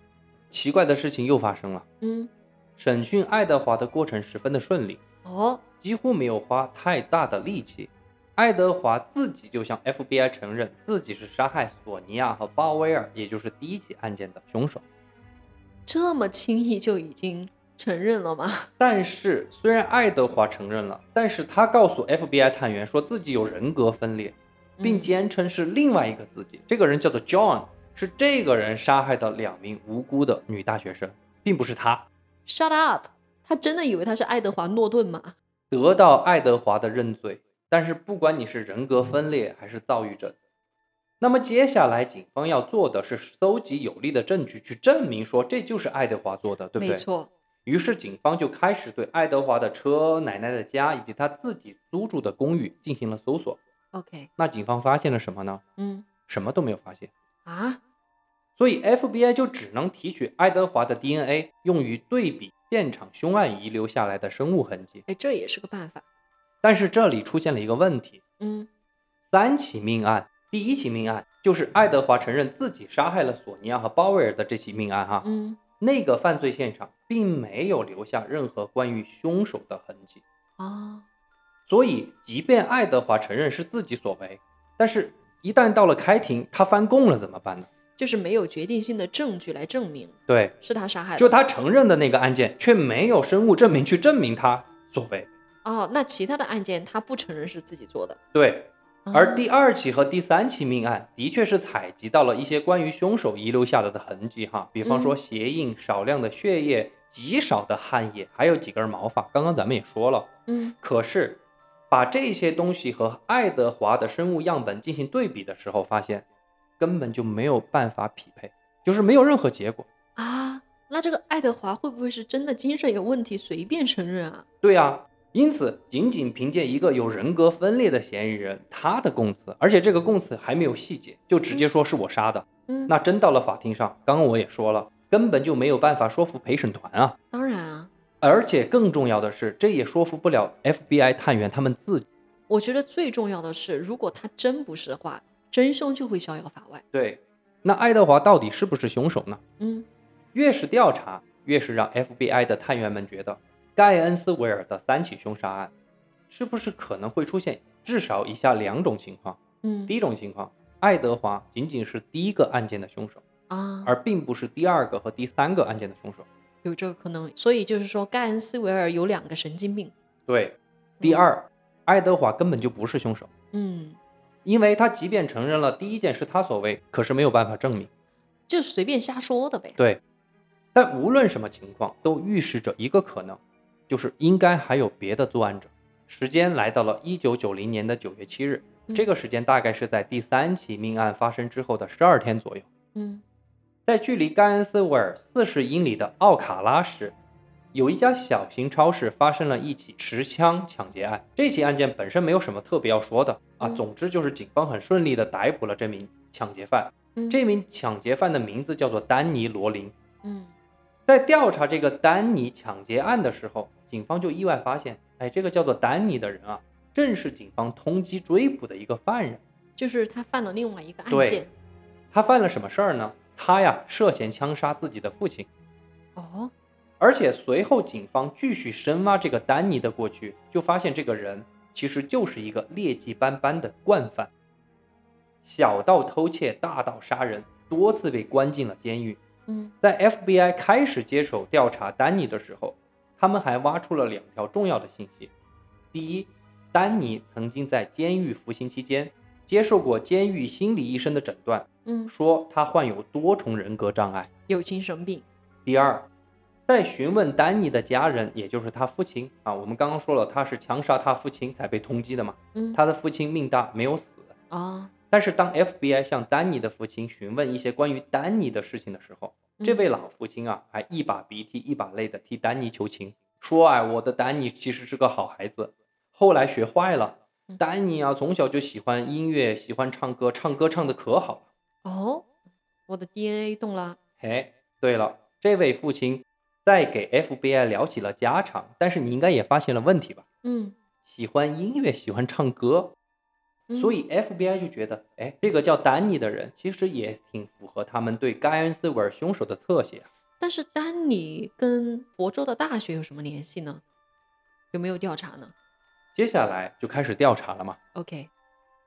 Speaker 3: 奇怪的事情又发生了，
Speaker 4: 嗯，
Speaker 3: 审讯爱德华的过程十分的顺利，
Speaker 4: 哦，
Speaker 3: 几乎没有花太大的力气。爱德华自己就向 FBI 承认自己是杀害索尼娅和鲍威尔，也就是第一起案件的凶手。
Speaker 4: 这么轻易就已经承认了吗？
Speaker 3: 但是，虽然爱德华承认了，但是他告诉 FBI 探员说自己有人格分裂，
Speaker 4: 嗯
Speaker 3: 并坚称是另外一个自己。这个人叫做 John，是这个人杀害的两名无辜的女大学生，并不是他。
Speaker 4: Shut up！他真的以为他是爱德华诺顿吗？
Speaker 3: 得到爱德华的认罪，但是不管你是人格分裂还是躁郁症，那么接下来警方要做的是搜集有力的证据去证明说这就是爱德华做的，对不
Speaker 4: 没
Speaker 3: 对？
Speaker 4: 错，
Speaker 3: 于是警方就开始对爱德华的车、奶奶的家以及他自己租住的公寓进行了搜索。
Speaker 4: OK，
Speaker 3: 那警方发现了什么呢？
Speaker 4: 嗯
Speaker 3: 什么都没有发现。
Speaker 4: 啊，
Speaker 3: 所以 FBI 就只能提取爱德华的 DNA，用于对比现场凶案遗留下来的生物痕迹。
Speaker 4: 哎，这也是个办法。
Speaker 3: 但是这里出现了一个问题：
Speaker 4: 嗯
Speaker 3: 三起命案，第一起命案就是爱德华承认自己杀害了索尼娅和鲍威尔的这起命案哈，
Speaker 4: 嗯，
Speaker 3: 那个犯罪现场并没有留下任何关于凶手的痕迹。
Speaker 4: 哦，
Speaker 3: 所以，即便爱德华承认是自己所为，但是一旦到了开庭，他翻供了怎么办呢？
Speaker 4: 就是没有决定性的证据来证明
Speaker 3: 对，
Speaker 4: 是他杀害的。
Speaker 3: 就他承认的那个案件，却没有生物证明去证明他所为。
Speaker 4: 哦，那其他的案件他不承认是自己做的。
Speaker 3: 对，
Speaker 4: 啊
Speaker 3: 而第二起和第三起命案的确是采集到了一些关于凶手遗留下来的痕迹哈，比方说
Speaker 4: 嗯
Speaker 3: 鞋印、少量的血液、极少的汗液，还有几根毛发。刚刚咱们也说了，
Speaker 4: 嗯
Speaker 3: 可是把这些东西和爱德华的生物样本进行对比的时候，发现根本就没有办法匹配，就是没有任何结果。
Speaker 4: 啊，那这个爱德华会不会是真的精神有问题，随便承认啊？
Speaker 3: 对啊，因此仅仅凭借一个有人格分裂的嫌疑人他的供词，而且这个供词还没有细节，就直接说是我杀的，
Speaker 4: 嗯，
Speaker 3: 那真到了法庭上，刚刚我也说了，根本就没有办法说服陪审团啊。
Speaker 4: 当然啊，
Speaker 3: 而且更重要的是，这也说服不了 FBI 探员他们自己。
Speaker 4: 我觉得最重要的是，如果他真不是的话，真凶就会逍遥法外。
Speaker 3: 对，那爱德华到底是不是凶手呢？
Speaker 4: 嗯，
Speaker 3: 越是调查，越是让 FBI 的探员们觉得，盖恩斯维尔的三起凶杀案，是不是可能会出现至少以下两种情况？
Speaker 4: 嗯
Speaker 3: 第一种情况，爱德华仅仅是第一个案件的凶手，
Speaker 4: 啊，
Speaker 3: 而并不是第二个和第三个案件的凶手。
Speaker 4: 有这个可能。所以就是说，盖恩斯维尔有两个神经病。
Speaker 3: 对，第二，爱德华根本就不是凶手，
Speaker 4: 嗯，
Speaker 3: 因为他即便承认了第一件是他所为，可是没有办法证明。
Speaker 4: 就随便瞎说的呗。
Speaker 3: 对，但无论什么情况，都预示着一个可能，就是应该还有别的作案者。时间来到了一九九零年的九月七日，
Speaker 4: 嗯
Speaker 3: 这个时间大概是在第三起命案发生之后的十二天左右，
Speaker 4: 嗯
Speaker 3: 在距离盖恩斯维尔四十英里的奥卡拉市，有一家小型超市发生了一起持枪抢劫案。这起案件本身没有什么特别要说的啊，
Speaker 4: 嗯
Speaker 3: 总之就是警方很顺利地逮捕了这名抢劫犯。
Speaker 4: 嗯，
Speaker 3: 这名抢劫犯的名字叫做丹尼·罗林。
Speaker 4: 嗯
Speaker 3: 在调查这个丹尼抢劫案的时候，警方就意外发现，哎，这个叫做丹尼的人啊，正是警方通缉追捕的一个犯人。
Speaker 4: 就是他犯了另外一个案
Speaker 3: 对
Speaker 4: 件。
Speaker 3: 他犯了什么事儿呢？他呀涉嫌枪杀自己的父亲，
Speaker 4: 哦，
Speaker 3: 而且随后警方继续深挖这个丹尼的过去，就发现这个人其实就是一个劣迹斑斑的惯犯，小到偷窃，大到杀人，多次被关进了监狱。
Speaker 4: 嗯
Speaker 3: 在 FBI 开始接手调查丹尼的时候，他们还挖出了两条重要的信息。第一，丹尼曾经在监狱服刑期间接受过监狱心理医生的诊断，
Speaker 4: 嗯，
Speaker 3: 说他患有多重人格障碍。
Speaker 4: 有精神病。
Speaker 3: 第二，在询问丹尼的家人，也就是他父亲啊，我们刚刚说了他是枪杀他父亲才被通缉的嘛，
Speaker 4: 嗯
Speaker 3: 他的父亲命大没有死。
Speaker 4: 啊，
Speaker 3: 但是当 FBI 向丹尼的父亲询问一些关于丹尼的事情的时候，这
Speaker 4: 嗯
Speaker 3: 位老父亲啊，还一把鼻涕一把泪的替丹尼求情，说：“哎，我的丹尼其实是个好孩子，后来学坏了
Speaker 4: 嗯。
Speaker 3: 丹尼啊，从小就喜欢音乐，喜欢唱歌，唱歌唱的可好了。
Speaker 4: 哦，我的 DNA 动了。
Speaker 3: 哎，对了，这位父亲在给 FBI 聊起了家常，但是你应该也发现了问题吧？
Speaker 4: 嗯，
Speaker 3: 喜欢音乐，喜欢唱歌，
Speaker 4: 嗯
Speaker 3: 所以 FBI 就觉得，哎，这个叫丹尼的人其实也挺符合他们对盖恩斯维尔凶手的侧写啊。
Speaker 4: 但是丹尼跟佛州的大学有什么联系呢？有没有调查呢
Speaker 3: 接下来就开始调查了嘛。
Speaker 4: ？OK，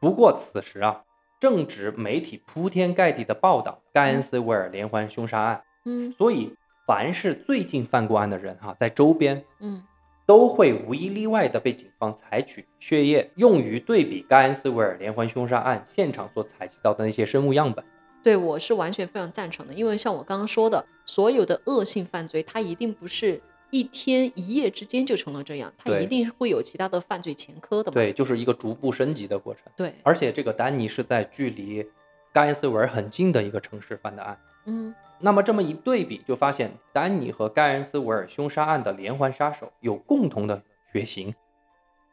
Speaker 3: 不过此时啊，正值媒体铺天盖地的报道盖恩斯维尔连环凶杀案，
Speaker 4: 嗯
Speaker 3: 所以凡是最近犯过案的人哈、啊在周边
Speaker 4: 嗯
Speaker 3: 都会无一例外的被警方采取血液，用于对比盖恩斯维尔连环凶杀案现场所采集到的那些生物样本。
Speaker 4: 对我是完全非常赞成的，因为像我刚刚说的，所有的恶性犯罪，它一定不是一天一夜之间就成了这样，它
Speaker 3: 对
Speaker 4: 一定会有其他的犯罪前科的嘛。
Speaker 3: 对，就是一个逐步升级的过程。
Speaker 4: 对，
Speaker 3: 而且这个丹尼是在距离盖恩斯维尔很近的一个城市犯的案。
Speaker 4: 嗯
Speaker 3: 那么这么一对比，就发现丹尼和盖恩斯维尔凶杀案的连环杀手有共同的血型。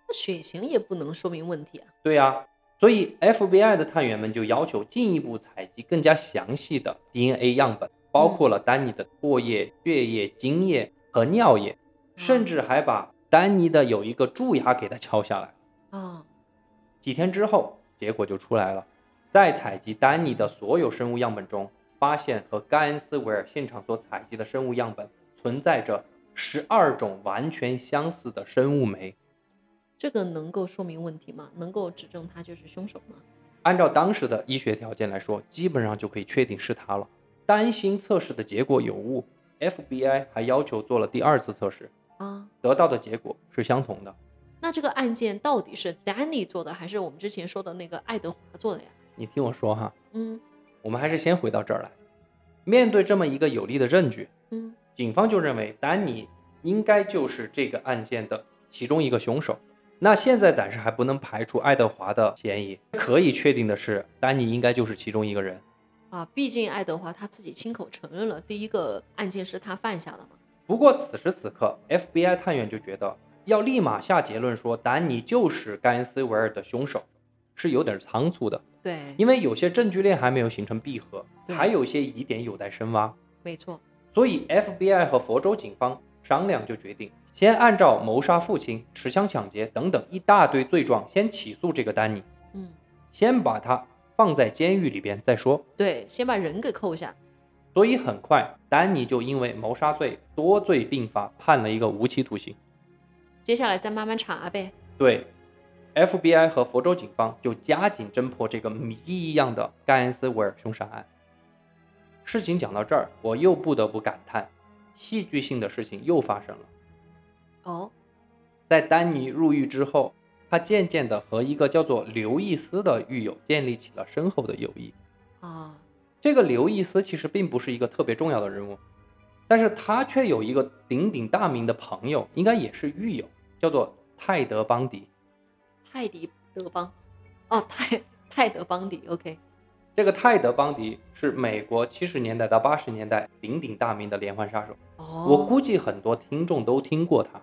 Speaker 4: 那血型也不能说明问题啊。
Speaker 3: 对呀、所以 FBI 的探员们就要求进一步采集更加详细的 DNA 样本，包括了丹尼的唾液、血液、精液和尿液，甚至还把丹尼的有一个蛀牙给他敲下来。
Speaker 4: 啊，
Speaker 3: 几天之后，结果就出来了。在采集丹尼的所有生物样本中，发现和盖恩斯维尔现场所采集的生物样本存在着十二种完全相似的生物酶。
Speaker 4: 这个能够说明问题吗？能够指证他就是凶手吗？
Speaker 3: 按照当时的医学条件来说，基本上就可以确定是他了。担心测试的结果有误，FBI 还要求做了第二次测试，
Speaker 4: 啊，
Speaker 3: 得到的结果是相同的。
Speaker 4: 那这个案件到底是 Danny 做的，还是我们之前说的那个爱德华做的呀？
Speaker 3: 你听我说哈，
Speaker 4: 嗯
Speaker 3: 我们还是先回到这儿来。面对这么一个有力的证据，
Speaker 4: 嗯
Speaker 3: 警方就认为丹尼应该就是这个案件的其中一个凶手。那现在暂时还不能排除爱德华的嫌疑，可以确定的是，丹尼应该就是其中一个人。
Speaker 4: 啊，毕竟爱德华他自己亲口承认了第一个案件是他犯下的嘛。
Speaker 3: 不过此时此刻，FBI 探员就觉得要立马下结论说丹尼就是盖恩斯维尔的凶手，是有点仓促的，
Speaker 4: 对，
Speaker 3: 因为有些证据链还没有形成闭合，
Speaker 4: 对
Speaker 3: 还有些疑点有待深挖。
Speaker 4: 没错。
Speaker 3: 所以 FBI 和佛州警方商量，就决定先按照谋杀父亲、持枪抢劫等等一大堆罪状，先起诉这个丹尼，
Speaker 4: 嗯，
Speaker 3: 先把他放在监狱里边再说。
Speaker 4: 对，先把人给扣下，
Speaker 3: 所以很快，丹尼就因为谋杀罪多罪并罚，判了一个无期徒刑。
Speaker 4: 接下来再慢慢查呗。
Speaker 3: 对，FBI 和佛州警方就加紧侦破这个谜一样的盖恩斯维尔凶杀案。事情讲到这儿，我又不得不感叹，戏剧性的事情又发生了。
Speaker 4: 哦，
Speaker 3: 在丹尼入狱之后，他渐渐地和一个叫做刘易斯的狱友建立起了深厚的友谊。
Speaker 4: 啊，
Speaker 3: 这个刘易斯其实并不是一个特别重要的人物，但是他却有一个鼎鼎大名的朋友，应该也是狱友，叫做泰德·邦迪。
Speaker 4: 泰迪德邦，哦，泰泰德邦迪，OK，
Speaker 3: 这个泰德·邦迪是美国七十年代到八十年代鼎鼎大名的连环杀手，
Speaker 4: 哦，
Speaker 3: 我估计很多听众都听过他。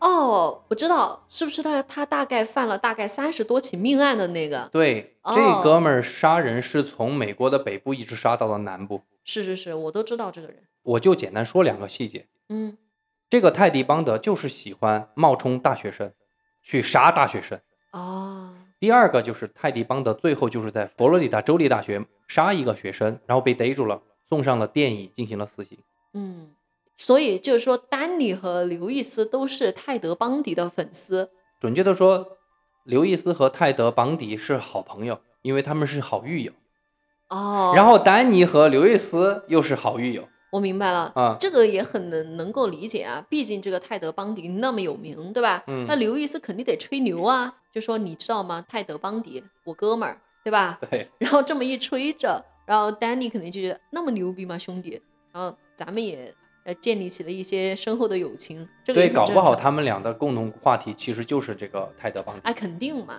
Speaker 4: 哦，我知道，是不是他他大概犯了大概三十多起命案的那个？
Speaker 3: 对，
Speaker 4: 哦
Speaker 3: 这哥们儿杀人是从美国的北部一直杀到了南部。
Speaker 4: 是是是，我都知道这个人。
Speaker 3: 我就简单说两个细节。
Speaker 4: 嗯，
Speaker 3: 这个泰迪邦德就是喜欢冒充大学生，去杀大学生。
Speaker 4: 哦，
Speaker 3: 第二个就是泰迪邦德最后就是在佛罗里达州立大学杀一个学生，然后被逮住了，送上了电椅进行了死刑。
Speaker 4: 嗯，所以就是说，丹尼和刘易斯都是泰德邦迪的粉丝。
Speaker 3: 准确的说，刘易斯和泰德邦迪是好朋友，因为他们是好狱友。
Speaker 4: 哦，
Speaker 3: 然后丹尼和刘易斯又是好狱友
Speaker 4: 我明白了。
Speaker 3: 啊。
Speaker 4: 这个也很能能够理解啊，毕竟这个泰德邦迪那么有名，对吧？
Speaker 3: 嗯
Speaker 4: 那刘易斯肯定得吹牛啊，就说你知道吗？泰德邦迪，我哥们儿，对吧？
Speaker 3: 对，
Speaker 4: 然后这么一吹着，然后丹尼肯定就觉得那么牛逼吗，兄弟？然后咱们也呃建立起了一些深厚的友情，这个也
Speaker 3: 对，
Speaker 4: 很
Speaker 3: 搞
Speaker 4: 正
Speaker 3: 不好
Speaker 4: 常
Speaker 3: 他们俩的共同话题其实就是这个泰德邦迪。
Speaker 4: 啊肯定嘛，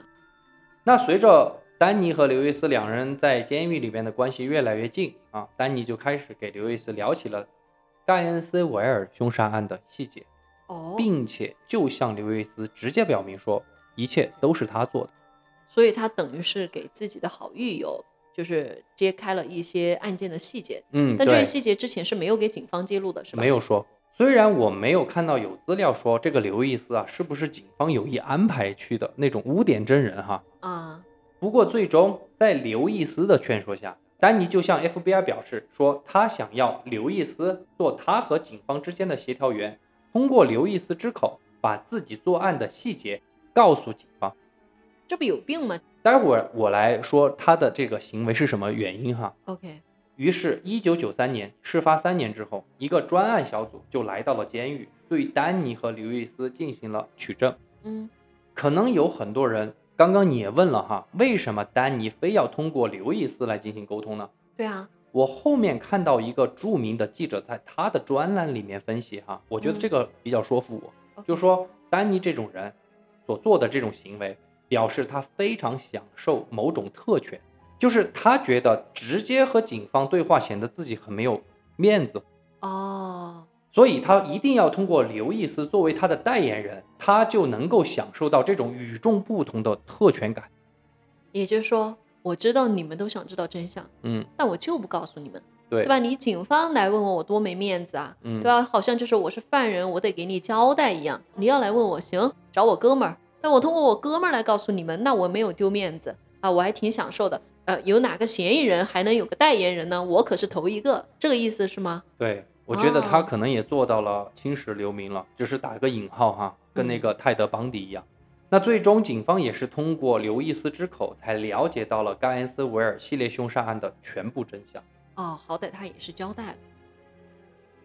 Speaker 3: 那随着丹尼和刘易斯两人在监狱里边的关系越来越近啊，丹尼就开始给刘易斯聊起了盖恩斯维尔凶杀案的细节，
Speaker 4: 哦，
Speaker 3: 并且就向刘易斯直接表明说，一切都是他做的。
Speaker 4: 所以他等于是给自己的好狱友就是揭开了一些案件的细节，
Speaker 3: 嗯，
Speaker 4: 但这
Speaker 3: 对
Speaker 4: 些细节之前是没有给警方揭露的，是吧？
Speaker 3: 没有说。虽然我没有看到有资料说这个刘易斯啊是不是警方有意安排去的那种污点真人哈，
Speaker 4: 啊，
Speaker 3: 不过最终在刘易斯的劝说下，丹尼就向 FBI 表示说，他想要刘易斯做他和警方之间的协调员，通过刘易斯之口把自己作案的细节告诉警方。
Speaker 4: 这不有病吗
Speaker 3: 待会儿我来说他的这个行为是什么原因哈。
Speaker 4: ？OK，
Speaker 3: 于是，一九九三年事发三年之后，一个专案小组就来到了监狱，对丹尼和刘易斯进行了取证。
Speaker 4: 嗯，
Speaker 3: 可能有很多人，刚刚你也问了哈，为什么丹尼非要通过刘易斯来进行沟通呢？
Speaker 4: 对啊，
Speaker 3: 我后面看到一个著名的记者在他的专栏里面分析哈，我觉得
Speaker 4: 嗯
Speaker 3: 这个比较说服我，就
Speaker 4: OK
Speaker 3: 说丹尼这种人所做的这种行为，表示他非常享受某种特权，就是他觉得直接和警方对话显得自己很没有面子，
Speaker 4: 哦，
Speaker 3: 所以他一定要通过刘易斯作为他的代言人，他就能够享受到这种与众不同的特权感。
Speaker 4: 也就是说，我知道你们都想知道真相，
Speaker 3: 嗯，
Speaker 4: 但我就不告诉你们。
Speaker 3: 对
Speaker 4: 对吧？你警方来问我，我多没面子啊，
Speaker 3: 嗯
Speaker 4: 对吧？好像就是我是犯人，我得给你交代一样。你要来问我，行，找我哥们儿。但我通过我哥们儿来告诉你们，那我没有丢面子啊，我还挺享受的。呃，有哪个嫌疑人还能有个代言人呢？我可是头一个，这个意思是吗？
Speaker 3: 对，我觉得他
Speaker 4: 哦
Speaker 3: 可能也做到了青史留名了，只是打个引号哈，跟那
Speaker 4: 嗯
Speaker 3: 个泰德·邦迪一样。那最终，警方也是通过刘易斯之口才了解到了盖恩斯维尔系列凶杀案的全部真相。
Speaker 4: 哦，好歹他也是交代了。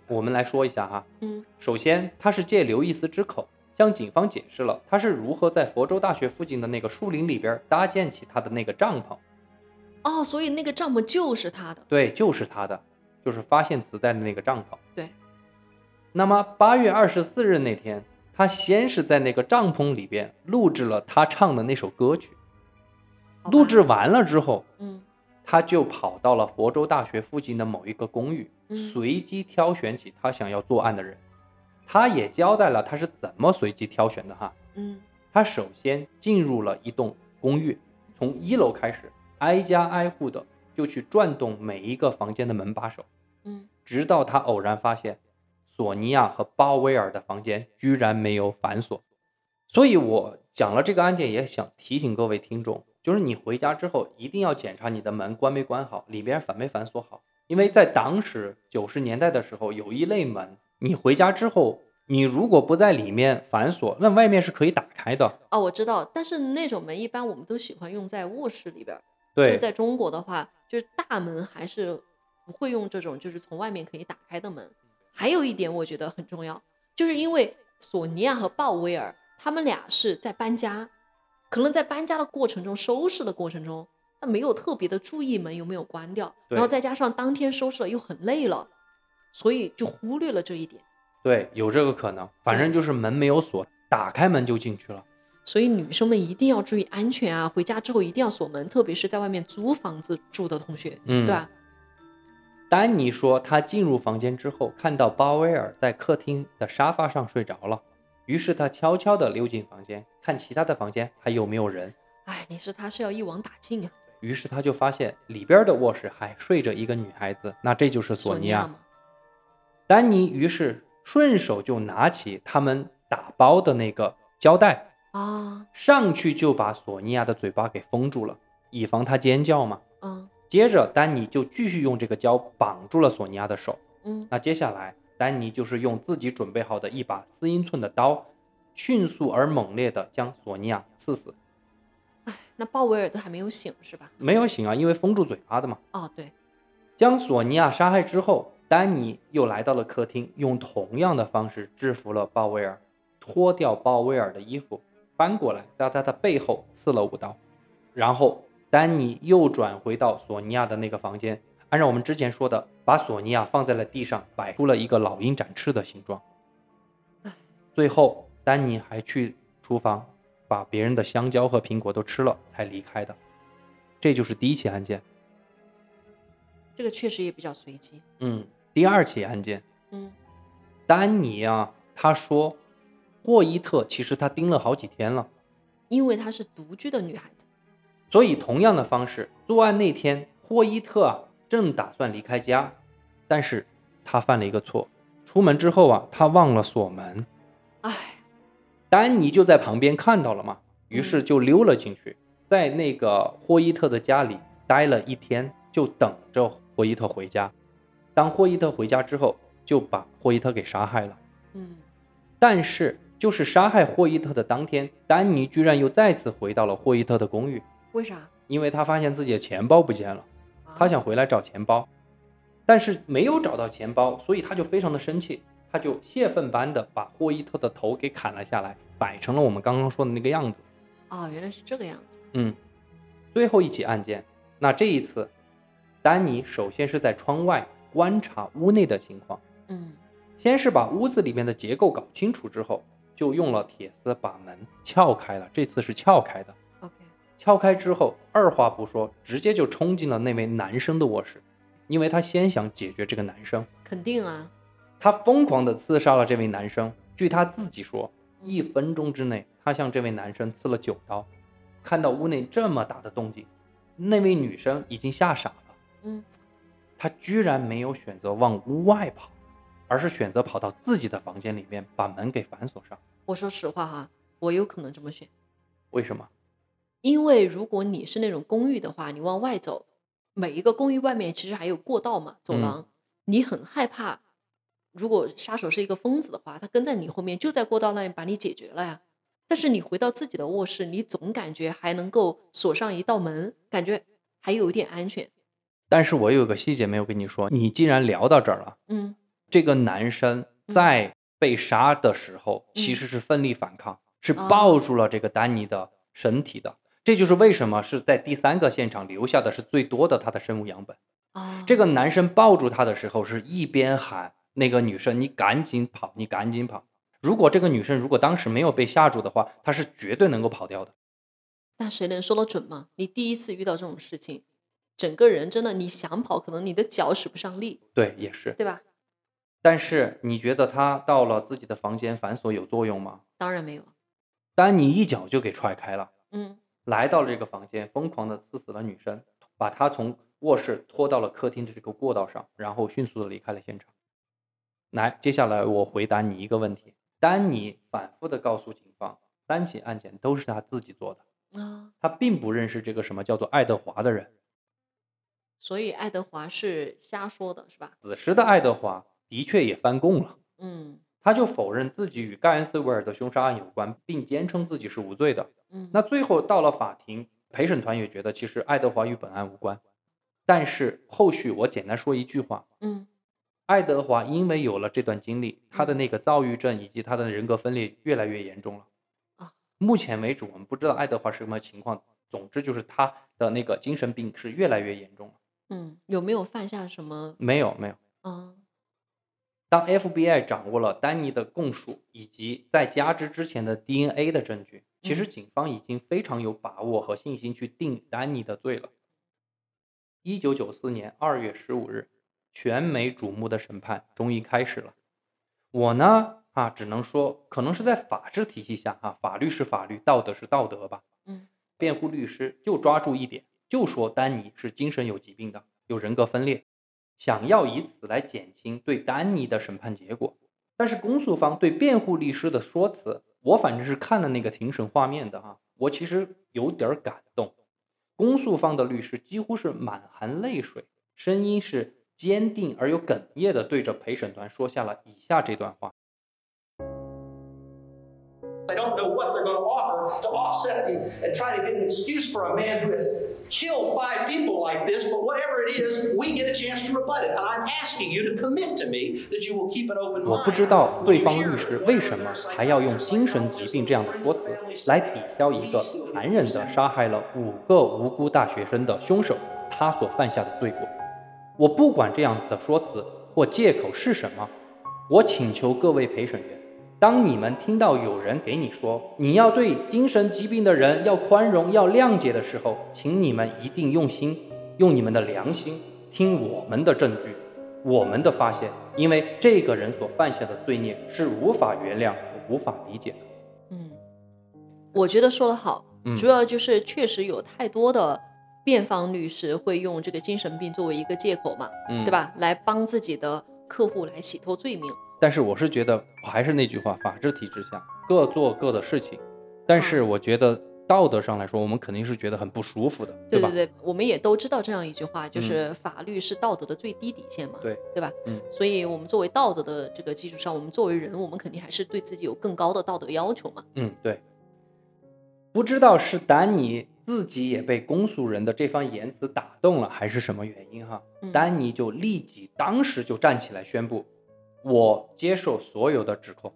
Speaker 3: 我们来说一下哈，
Speaker 4: 嗯，
Speaker 3: 首先他是借刘易斯之口向警方解释了他是如何在佛州大学附近的那个树林里边搭建起他的那个帐篷，
Speaker 4: 哦，所以那个帐篷就是他的。
Speaker 3: 对，就是他的，就是发现磁带的那个帐篷。
Speaker 4: 对。
Speaker 3: 那么八月二十四日那天，他先是在那个帐篷里边录制了他唱的那首歌曲，
Speaker 4: 好吧
Speaker 3: 录制，完了之后，
Speaker 4: 嗯，
Speaker 3: 他就跑到了佛州大学附近的某一个公寓，
Speaker 4: 嗯
Speaker 3: 随机挑选起他想要作案的人。他也交代了他是怎么随机挑选的哈。
Speaker 4: 嗯，
Speaker 3: 他首先进入了一栋公寓，从一楼开始，挨家挨户的就去转动每一个房间的门把手，
Speaker 4: 嗯，
Speaker 3: 直到他偶然发现，索尼娅和鲍威尔的房间居然没有反锁。所以我讲了这个案件，也想提醒各位听众，就是你回家之后一定要检查你的门关没关好，里边反没反锁好。因为在当时九十年代的时候，有一类门，你回家之后，你如果不在里面反锁，那外面是可以打开的。
Speaker 4: 哦，我知道，但是那种门一般我们都喜欢用在卧室里边儿。就是
Speaker 3: 对，
Speaker 4: 在中国的话，就是大门还是不会用这种就是从外面可以打开的门。还有一点我觉得很重要，就是因为索尼啊娅和鲍威尔他们俩是在搬家，可能在搬家的过程中、收拾的过程中，他没有特别的注意门有没有关掉，
Speaker 3: 对
Speaker 4: 然后再加上当天收拾了又很累了，所以就忽略了这一点。
Speaker 3: 对，有这个可能。反
Speaker 4: 嗯
Speaker 3: 正就是门没有锁，打开门就进去了。
Speaker 4: 所以女生们一定要注意安全啊！回家之后一定要锁门，特别是在外面租房子住的同学，
Speaker 3: 嗯，
Speaker 4: 对啊吧？
Speaker 3: 丹尼说，他进入房间之后，看到鲍威尔在客厅的沙发上睡着了，于是他悄悄地溜进房间，看其他的房间还有没有人。
Speaker 4: 哎，你说他是要一网打尽啊！
Speaker 3: 于是他就发现里边的卧室还睡着一个女孩子，那这就是索尼啊娅。
Speaker 4: 嘛，
Speaker 3: 丹尼于是顺手就拿起他们打包的那个胶带，
Speaker 4: 啊，
Speaker 3: 上去就把索尼娅的嘴巴给封住了，以防她尖叫嘛。
Speaker 4: 嗯
Speaker 3: 接着，丹尼就继续用这个胶绑住了索尼娅的手。
Speaker 4: 嗯，
Speaker 3: 那接下来，丹尼就是用自己准备好的一把四英寸的刀，迅速而猛烈地将索尼娅刺死。
Speaker 4: 那鲍威尔都还没有醒是吧？
Speaker 3: 没有醒啊，因为封住嘴巴的嘛。
Speaker 4: 哦，对，
Speaker 3: 将索尼娅杀害之后，丹尼又来到了客厅，用同样的方式制服了鲍威尔，脱掉鲍威尔的衣服，翻过来在他的背后刺了五刀，然后丹尼又转回到索尼娅的那个房间，按照我们之前说的，把索尼娅放在了地上，摆出了一个老鹰展翅的形状
Speaker 4: 唉。
Speaker 3: 最后，丹尼还去厨房把别人的香蕉和苹果都吃了，才离开的。这就是第一起案件。
Speaker 4: 这个确实也比较随机。
Speaker 3: 嗯，第二起案件，
Speaker 4: 嗯
Speaker 3: 丹尼啊，他说，霍伊特其实他盯了好几天了，
Speaker 4: 因为她是独居的女孩子，
Speaker 3: 所以同样的方式，作案那天，霍伊特啊正打算离开家，但是他犯了一个错，出门之后啊，他忘了锁门，
Speaker 4: 哎，
Speaker 3: 丹尼就在旁边看到了嘛，于是就溜了进去，在那个霍伊特的家里待了一天，就等着霍伊特回家。当霍伊特回家之后，就把霍伊特给杀害了。
Speaker 4: 嗯，
Speaker 3: 但是，就是杀害霍伊特的当天，丹尼居然又再次回到了霍伊特的公寓，
Speaker 4: 为啥？
Speaker 3: 因为他发现自己的钱包不见了，
Speaker 4: 啊
Speaker 3: 他想回来找钱包，但是没有找到钱包，所以他就非常的生气，他就泄愤般的把霍伊特的头给砍了下来，摆成了我们刚刚说的那个样子。
Speaker 4: 哦，原来是这个样子。
Speaker 3: 嗯，最后一起案件，那这一次，丹尼首先是在窗外观察屋内的情况。
Speaker 4: 嗯，
Speaker 3: 先是把屋子里面的结构搞清楚之后，就用了铁丝把门撬开了。这次是撬开的，
Speaker 4: OK，
Speaker 3: 撬开之后，二话不说，直接就冲进了那位男生的卧室，因为他先想解决这个男生，
Speaker 4: 肯定啊，
Speaker 3: 他疯狂地刺杀了这位男生。据他自己说，
Speaker 4: 嗯
Speaker 3: 一分钟之内，他向这位男生刺了九刀。看到屋内这么大的动静，那位女生已经吓傻了。
Speaker 4: 嗯，
Speaker 3: 他居然没有选择往屋外跑，而是选择跑到自己的房间里面，把门给反锁上。
Speaker 4: 我说实话哈，我有可能这么选，
Speaker 3: 为什么？
Speaker 4: 因为如果你是那种公寓的话，你往外走，每一个公寓外面其实还有过道嘛，走
Speaker 3: 嗯
Speaker 4: 廊，你很害怕。如果杀手是一个疯子的话，他跟在你后面就在过道那里把你解决了呀。但是你回到自己的卧室，你总感觉还能够锁上一道门，感觉还有一点安全。
Speaker 3: 但是我有个细节没有跟你说，你既然聊到这儿了，
Speaker 4: 嗯，
Speaker 3: 这个男生在被杀的时候其实是奋力反抗，是抱住了这个丹尼的身体的。这就是为什么是在第三个现场留下的是最多的他的生物样本。
Speaker 4: 啊，
Speaker 3: 这个男生抱住她的时候，是一边喊那个女生：“你赶紧跑，你赶紧跑！”如果这个女生如果当时没有被吓住的话，她是绝对能够跑掉的。
Speaker 4: 但谁能说得准嘛？你第一次遇到这种事情，整个人真的你想跑，可能你的脚使不上力，
Speaker 3: 对，也是。
Speaker 4: 对吧？
Speaker 3: 但是你觉得她到了自己的房间反锁有作用吗？
Speaker 4: 当然没有。
Speaker 3: 丹尼一脚就给踹开了，
Speaker 4: 嗯
Speaker 3: 来到了这个房间，疯狂的刺死了女生，把她从卧室拖到了客厅的这个过道上，然后迅速的离开了现场。来，接下来我回答你一个问题：丹尼反复的告诉警方，三起案件都是他自己做的，
Speaker 4: 啊，
Speaker 3: 他并不认识这个什么叫做爱德华的人。
Speaker 4: 所以爱德华是瞎说的，是吧？
Speaker 3: 此时的爱德华的确也翻供了，
Speaker 4: 嗯
Speaker 3: 他就否认自己与盖恩斯维尔的凶杀案有关，并坚称自己是无罪的。
Speaker 4: 嗯，
Speaker 3: 那最后到了法庭，陪审团也觉得其实爱德华与本案无关。但是后续我简单说一句话，
Speaker 4: 嗯
Speaker 3: 爱德华因为有了这段经历，他的那个躁郁症以及他的人格分裂越来越严重了
Speaker 4: 啊。
Speaker 3: 目前为止，我们不知道爱德华是什么情况，总之就是他的那个精神病是越来越严重了。
Speaker 4: 嗯，有没有犯下什么？
Speaker 3: 没有，没有。
Speaker 4: 嗯
Speaker 3: 当 FBI 掌握了丹尼的供述以及在加之之前的 DNA 的证据，其实
Speaker 4: 嗯
Speaker 3: 警方已经非常有把握和信心去定丹尼的罪了。一九九四年二月十五日，全美瞩目的审判终于开始了。我呢，啊，只能说可能是在法治体系下啊，法律是法律，道德是道德吧。
Speaker 4: 嗯，
Speaker 3: 辩护律师就抓住一点，就说丹尼是精神有疾病的，有人格分裂，想要以此来减轻对丹尼的审判结果。但是公诉方对辩护律师的说辞，我反正是看了那个庭审画面的哈、我其实有点儿感动。公诉方的律师几乎是满含泪水，声音是坚定而又哽咽的对着陪审团说下了以下这段话：
Speaker 5: They don't know what they're going to offer to offset the, and try to get an excuse for a man who has killed five people like this, but whatever it is, we get a chance to rebut it. And I'm asking you to commit to me that you will keep an open mind.
Speaker 3: 我不知道对方律师为什么还要用精神疾病这样的说辞来抵消一个残忍的杀害了五个无辜大学生的凶手他所犯下的罪过。我不管这样的说辞或借口是什么，我请求各位陪审员，当你们听到有人给你说你要对精神疾病的人要宽容、要谅解的时候，请你们一定用心，用你们的良心听我们的证据，我们的发现，因为这个人所犯下的罪孽是无法原谅、无法理解的。
Speaker 4: 嗯，我觉得说得好，
Speaker 3: 嗯
Speaker 4: 主要就是确实有太多的辩方律师会用这个精神病作为一个借口嘛，
Speaker 3: 嗯
Speaker 4: 对？吧？来帮自己的客户来洗脱罪名。
Speaker 3: 但是我是觉得，我还是那句话，法治体制下各做各的事情，但是我觉得道德上来说，我们肯定是觉得很不舒服的，
Speaker 4: 对
Speaker 3: 吧？嗯
Speaker 4: 对，我们也都知道这样一句话，就是法律是道德的最低底线嘛，
Speaker 3: 对
Speaker 4: 对吧？
Speaker 3: 嗯
Speaker 4: 所以我们作为道德的这个基础上，我们作为人，我们肯定还是对自己有更高的道德要求嘛。
Speaker 3: 嗯，对。不知道是丹尼自己也被公诉人的这番言辞打动了，还是什么原因哈？
Speaker 4: 嗯
Speaker 3: 丹尼就立即当时就站起来宣布，我接受所有的指控。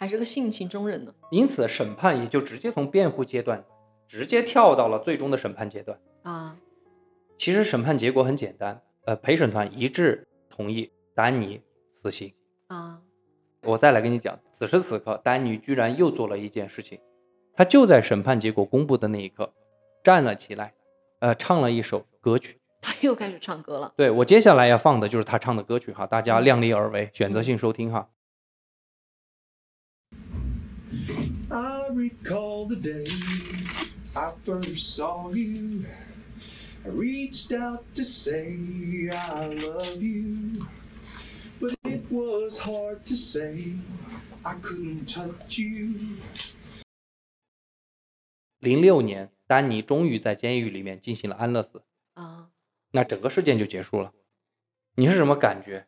Speaker 4: 还是个性情中人呢，
Speaker 3: 因此，审判也就直接从辩护阶段直接跳到了最终的审判阶段。
Speaker 4: 啊，
Speaker 3: 其实审判结果很简单，呃，陪审团一致同意丹尼死刑。
Speaker 4: 啊，
Speaker 3: 我再来跟你讲，此时此刻，丹尼居然又做了一件事情，他就在审判结果公布的那一刻站了起来，呃，唱了一首歌曲。
Speaker 4: 他又开始唱歌了。
Speaker 3: 对我接下来要放的就是他唱的歌曲哈，大家量力而为，选择性收听哈。
Speaker 1: I recall the day I first saw you. I reached out to say I love you, but it was hard to say. I couldn't touch you.
Speaker 3: 零六年，丹尼终于在监狱里面进行了安乐死，
Speaker 4: 啊，
Speaker 3: 那整个事件就结束了。你是什么感觉？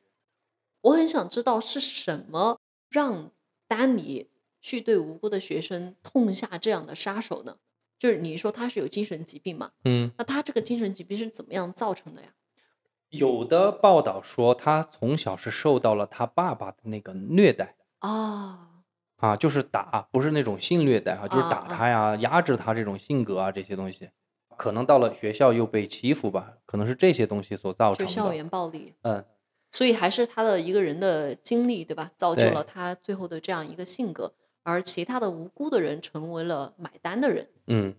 Speaker 4: 我很想知道是什么让丹尼去对无辜的学生痛下这样的杀手呢？就是你说他是有精神疾病嘛？
Speaker 3: 嗯，
Speaker 4: 那他这个精神疾病是怎么样造成的呀？
Speaker 3: 有的报道说，他从小是受到了他爸爸的那个虐待
Speaker 4: 啊，
Speaker 3: 啊，就是打，不是那种性虐待啊，就是
Speaker 4: 啊
Speaker 3: 打
Speaker 4: 啊
Speaker 3: 他呀、压制他这种性格啊这些东西。可能到了学校又被欺负吧，可能是这些东西所造
Speaker 4: 就
Speaker 3: 成
Speaker 4: 是校
Speaker 3: 的。
Speaker 4: 园暴力。
Speaker 3: 嗯，
Speaker 4: 所以还是他的一个人的经历，对吧？造就
Speaker 3: 对
Speaker 4: 了他最后的这样一个性格，而其他的无辜的人成为了买单的人。
Speaker 3: 嗯，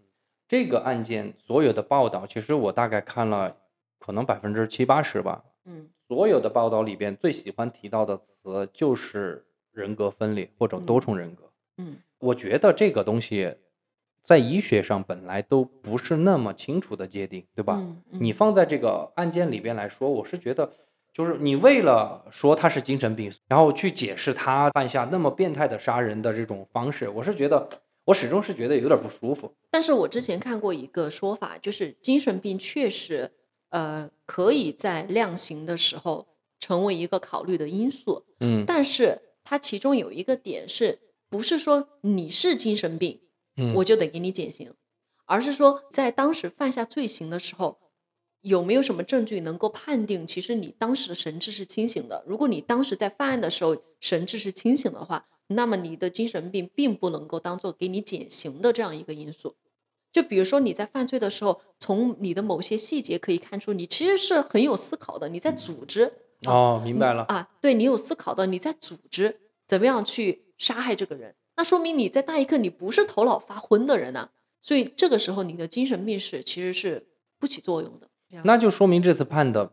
Speaker 3: 这个案件所有的报道，其实我大概看了，可能百分之七八十吧。
Speaker 4: 嗯
Speaker 3: 所有的报道里边最喜欢提到的词就是人格分裂或者
Speaker 4: 嗯
Speaker 3: 多重人格。
Speaker 4: 嗯
Speaker 3: 我觉得这个东西在医学上本来都不是那么清楚的界定，对吧？
Speaker 4: 嗯嗯
Speaker 3: 你放在这个案件里边来说，我是觉得就是你为了说他是精神病，然后去解释他犯下那么变态的杀人的这种方式，我是觉得，我始终是觉得有点不舒服。
Speaker 4: 但是我之前看过一个说法，就是精神病确实，呃，可以在量刑的时候成为一个考虑的因素，
Speaker 3: 嗯
Speaker 4: 但是它其中有一个点是，不是说你是精神病，
Speaker 3: 嗯
Speaker 4: 我就得给你减刑，而是说在当时犯下罪行的时候，有没有什么证据能够判定其实你当时的神志是清醒的？如果你当时在犯案的时候神志是清醒的话，那么你的精神病并不能够当做给你减刑的这样一个因素。就比如说你在犯罪的时候，从你的某些细节可以看出，你其实是很有思考的，你在组织啊
Speaker 3: 哦，明白了。
Speaker 4: 啊，对你有思考的，你在组织怎么样去杀害这个人，那说明你在那一刻你不是头脑发昏的人呐、所以这个时候你的精神病是其实是不起作用的。这样
Speaker 3: 那就说明这次判的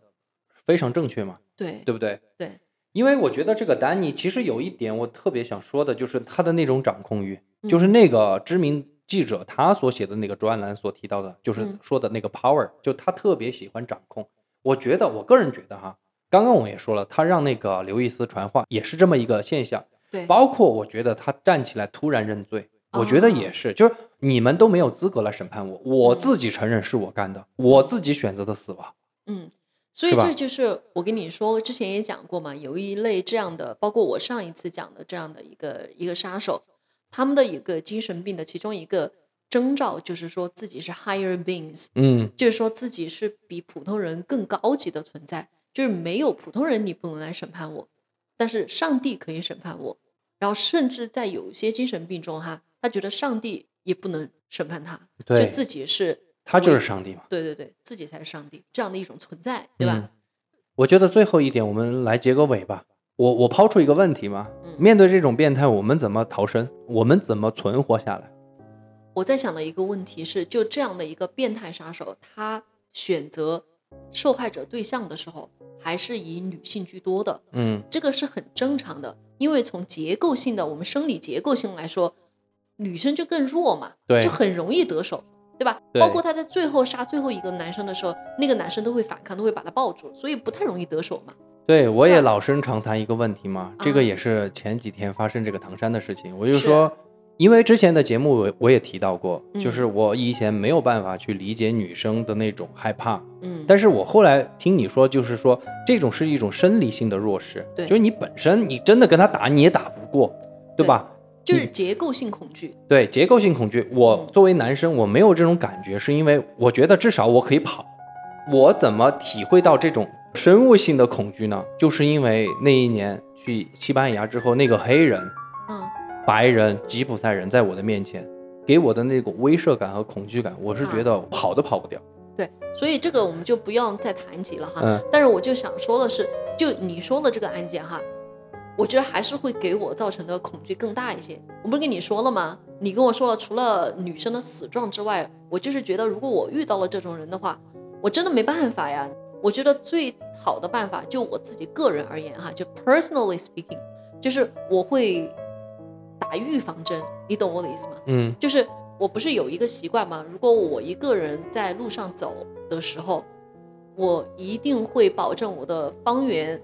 Speaker 3: 非常正确嘛，
Speaker 4: 对
Speaker 3: 对不对？
Speaker 4: 对，
Speaker 3: 因为我觉得这个丹尼其实有一点我特别想说的，就是他的那种掌控欲，
Speaker 4: 嗯
Speaker 3: 就是那个知名记者他所写的那个专栏所提到的，就是
Speaker 4: 嗯
Speaker 3: 说的那个 power，、就他特别喜欢掌控。我觉得，我个人觉得哈，刚刚我也说了，他让那个刘易斯传话也是这么一个现象，
Speaker 4: 对
Speaker 3: 包括我觉得他站起来突然认罪，我觉得也
Speaker 4: 哦
Speaker 3: 是，就是你们都没有资格来审判我，我自己承认是我干的，我自己选择的死亡。
Speaker 4: 嗯，所以
Speaker 3: 是吧
Speaker 4: 这就是我跟你说，之前也讲过嘛，有一类这样的，包括我上一次讲的这样的一个一个杀手，他们的一个精神病的其中一个征兆就是说自己是 higher beings，
Speaker 3: 嗯
Speaker 4: 就是说自己是比普通人更高级的存在，就是没有普通人你不能来审判我，但是上帝可以审判我。然后甚至在有些精神病中哈，他觉得上帝也不能审判他，
Speaker 3: 对
Speaker 4: 就自己是，
Speaker 3: 他就是上帝嘛。
Speaker 4: 对对对，自己才是上帝这样的一种存在，对吧？
Speaker 3: 我觉得最后一点，我们来结个尾吧。我我抛出一个问题嘛
Speaker 4: 嗯，
Speaker 3: 面对这种变态，我们怎么逃生？我们怎么存活下来？
Speaker 4: 我在想的一个问题是，就这样的一个变态杀手，他选择受害者对象的时候，还是以女性居多的，
Speaker 3: 嗯
Speaker 4: 这个是很正常的，因为从结构性的我们生理结构性来说，女生就更弱嘛，
Speaker 3: 对
Speaker 4: 就很容易得手，对吧？
Speaker 3: 对
Speaker 4: 包括她在最后杀最后一个男生的时候，那个男生都会反抗，都会把她抱住，所以不太容易得手嘛。
Speaker 3: 对，我也
Speaker 4: 对
Speaker 3: 老生常谈一个问题嘛，这个
Speaker 4: 啊
Speaker 3: 也是前几天发生这个唐山的事情，我就是说，因为之前的节目我我也提到过，就
Speaker 4: 嗯
Speaker 3: 是我以前没有办法去理解女生的那种害怕，
Speaker 4: 嗯，
Speaker 3: 但是我后来听你说，就是说这种是一种生理性的弱势，
Speaker 4: 对
Speaker 3: 就是你本身你真的跟他打你也打不过，对
Speaker 4: 对
Speaker 3: 吧？
Speaker 4: 就是结构性恐惧，
Speaker 3: 对结构性恐惧，我
Speaker 4: 嗯
Speaker 3: 作为男生我没有这种感觉，是因为我觉得至少我可以跑。我怎么体会到这种生物性的恐惧呢？就是因为那一年去西班牙之后，那个黑人、
Speaker 4: 嗯，
Speaker 3: 白人、吉普赛人在我的面前，给我的那种威慑感和恐惧感，我是觉得跑都跑不掉。
Speaker 4: 对，所以这个我们就不用再谈及了哈。
Speaker 3: 嗯
Speaker 4: 但是我就想说的是，就你说的这个案件哈，我觉得还是会给我造成的恐惧更大一些。我不是跟你说了吗？你跟我说了，除了女生的死状之外，我就是觉得如果我遇到了这种人的话，我真的没办法呀。我觉得最好的办法，就我自己个人而言哈，就 personally speaking，就是我会打预防针，你懂我的意思吗？
Speaker 3: 嗯
Speaker 4: 就是我不是有一个习惯吗？如果我一个人在路上走的时候，我一定会保证我的方圆，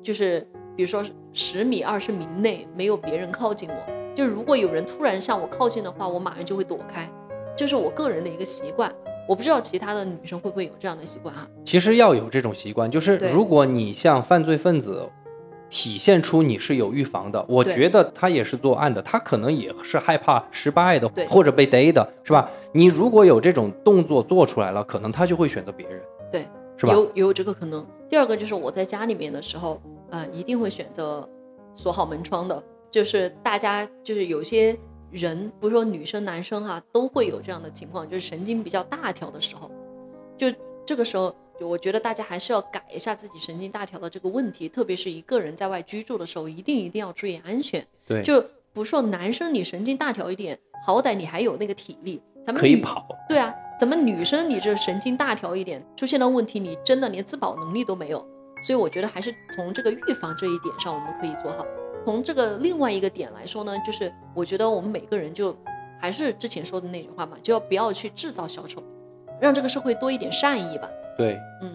Speaker 4: 就是比如说十米、二十米内没有别人靠近我。就如果有人突然向我靠近的话，我马上就会躲开，这是我个人的一个习惯。我不知道其他的女生会不会有这样的习惯啊？
Speaker 3: 其实要有这种习惯，就是
Speaker 4: 对
Speaker 3: 如果你向犯罪分子体现出你是有预防的，我
Speaker 4: 对
Speaker 3: 觉得他也是作案的，他可能也是害怕失败的
Speaker 4: 对，
Speaker 3: 或者被逮的，是吧？你如果有这种动作做出来了，可能他就会选择别人，
Speaker 4: 对，
Speaker 3: 是吧？
Speaker 4: 有有这个可能。第二个就是我在家里面的时候，呃，一定会选择锁好门窗的。就是大家就是有些人，不是说女生男生哈、都会有这样的情况，就是神经比较大条的时候，就这个时候，就我觉得大家还是要改一下自己神经大条的这个问题，特别是一个人在外居住的时候，一定一定要注意安全。
Speaker 3: 对，
Speaker 4: 就不是说男生你神经大条一点，好歹你还有那个体力，咱们
Speaker 3: 可以
Speaker 4: 女
Speaker 3: 跑。
Speaker 4: 对啊，咱们女生你这神经大条一点，出现了问题，你真的连自保能力都没有。所以我觉得还是从这个预防这一点上，我们可以做好。从这个另外一个点来说呢，就是我觉得我们每个人就还是之前说的那句话嘛，就要不要去制造小丑，让这个社会多一点善意吧。
Speaker 3: 对，
Speaker 4: 嗯，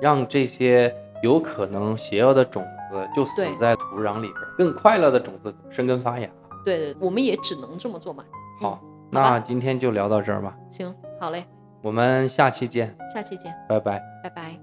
Speaker 3: 让这些有可能邪恶的种子就死
Speaker 4: 对
Speaker 3: 在土壤里边，更快乐的种子生根发芽。
Speaker 4: 对对，我们也只能这么做嘛。
Speaker 3: 好，
Speaker 4: 好吧
Speaker 3: 那今天就聊到这儿吧，
Speaker 4: 行，好嘞，
Speaker 3: 我们下期见，
Speaker 4: 下期见，
Speaker 3: 拜拜。
Speaker 4: 拜拜。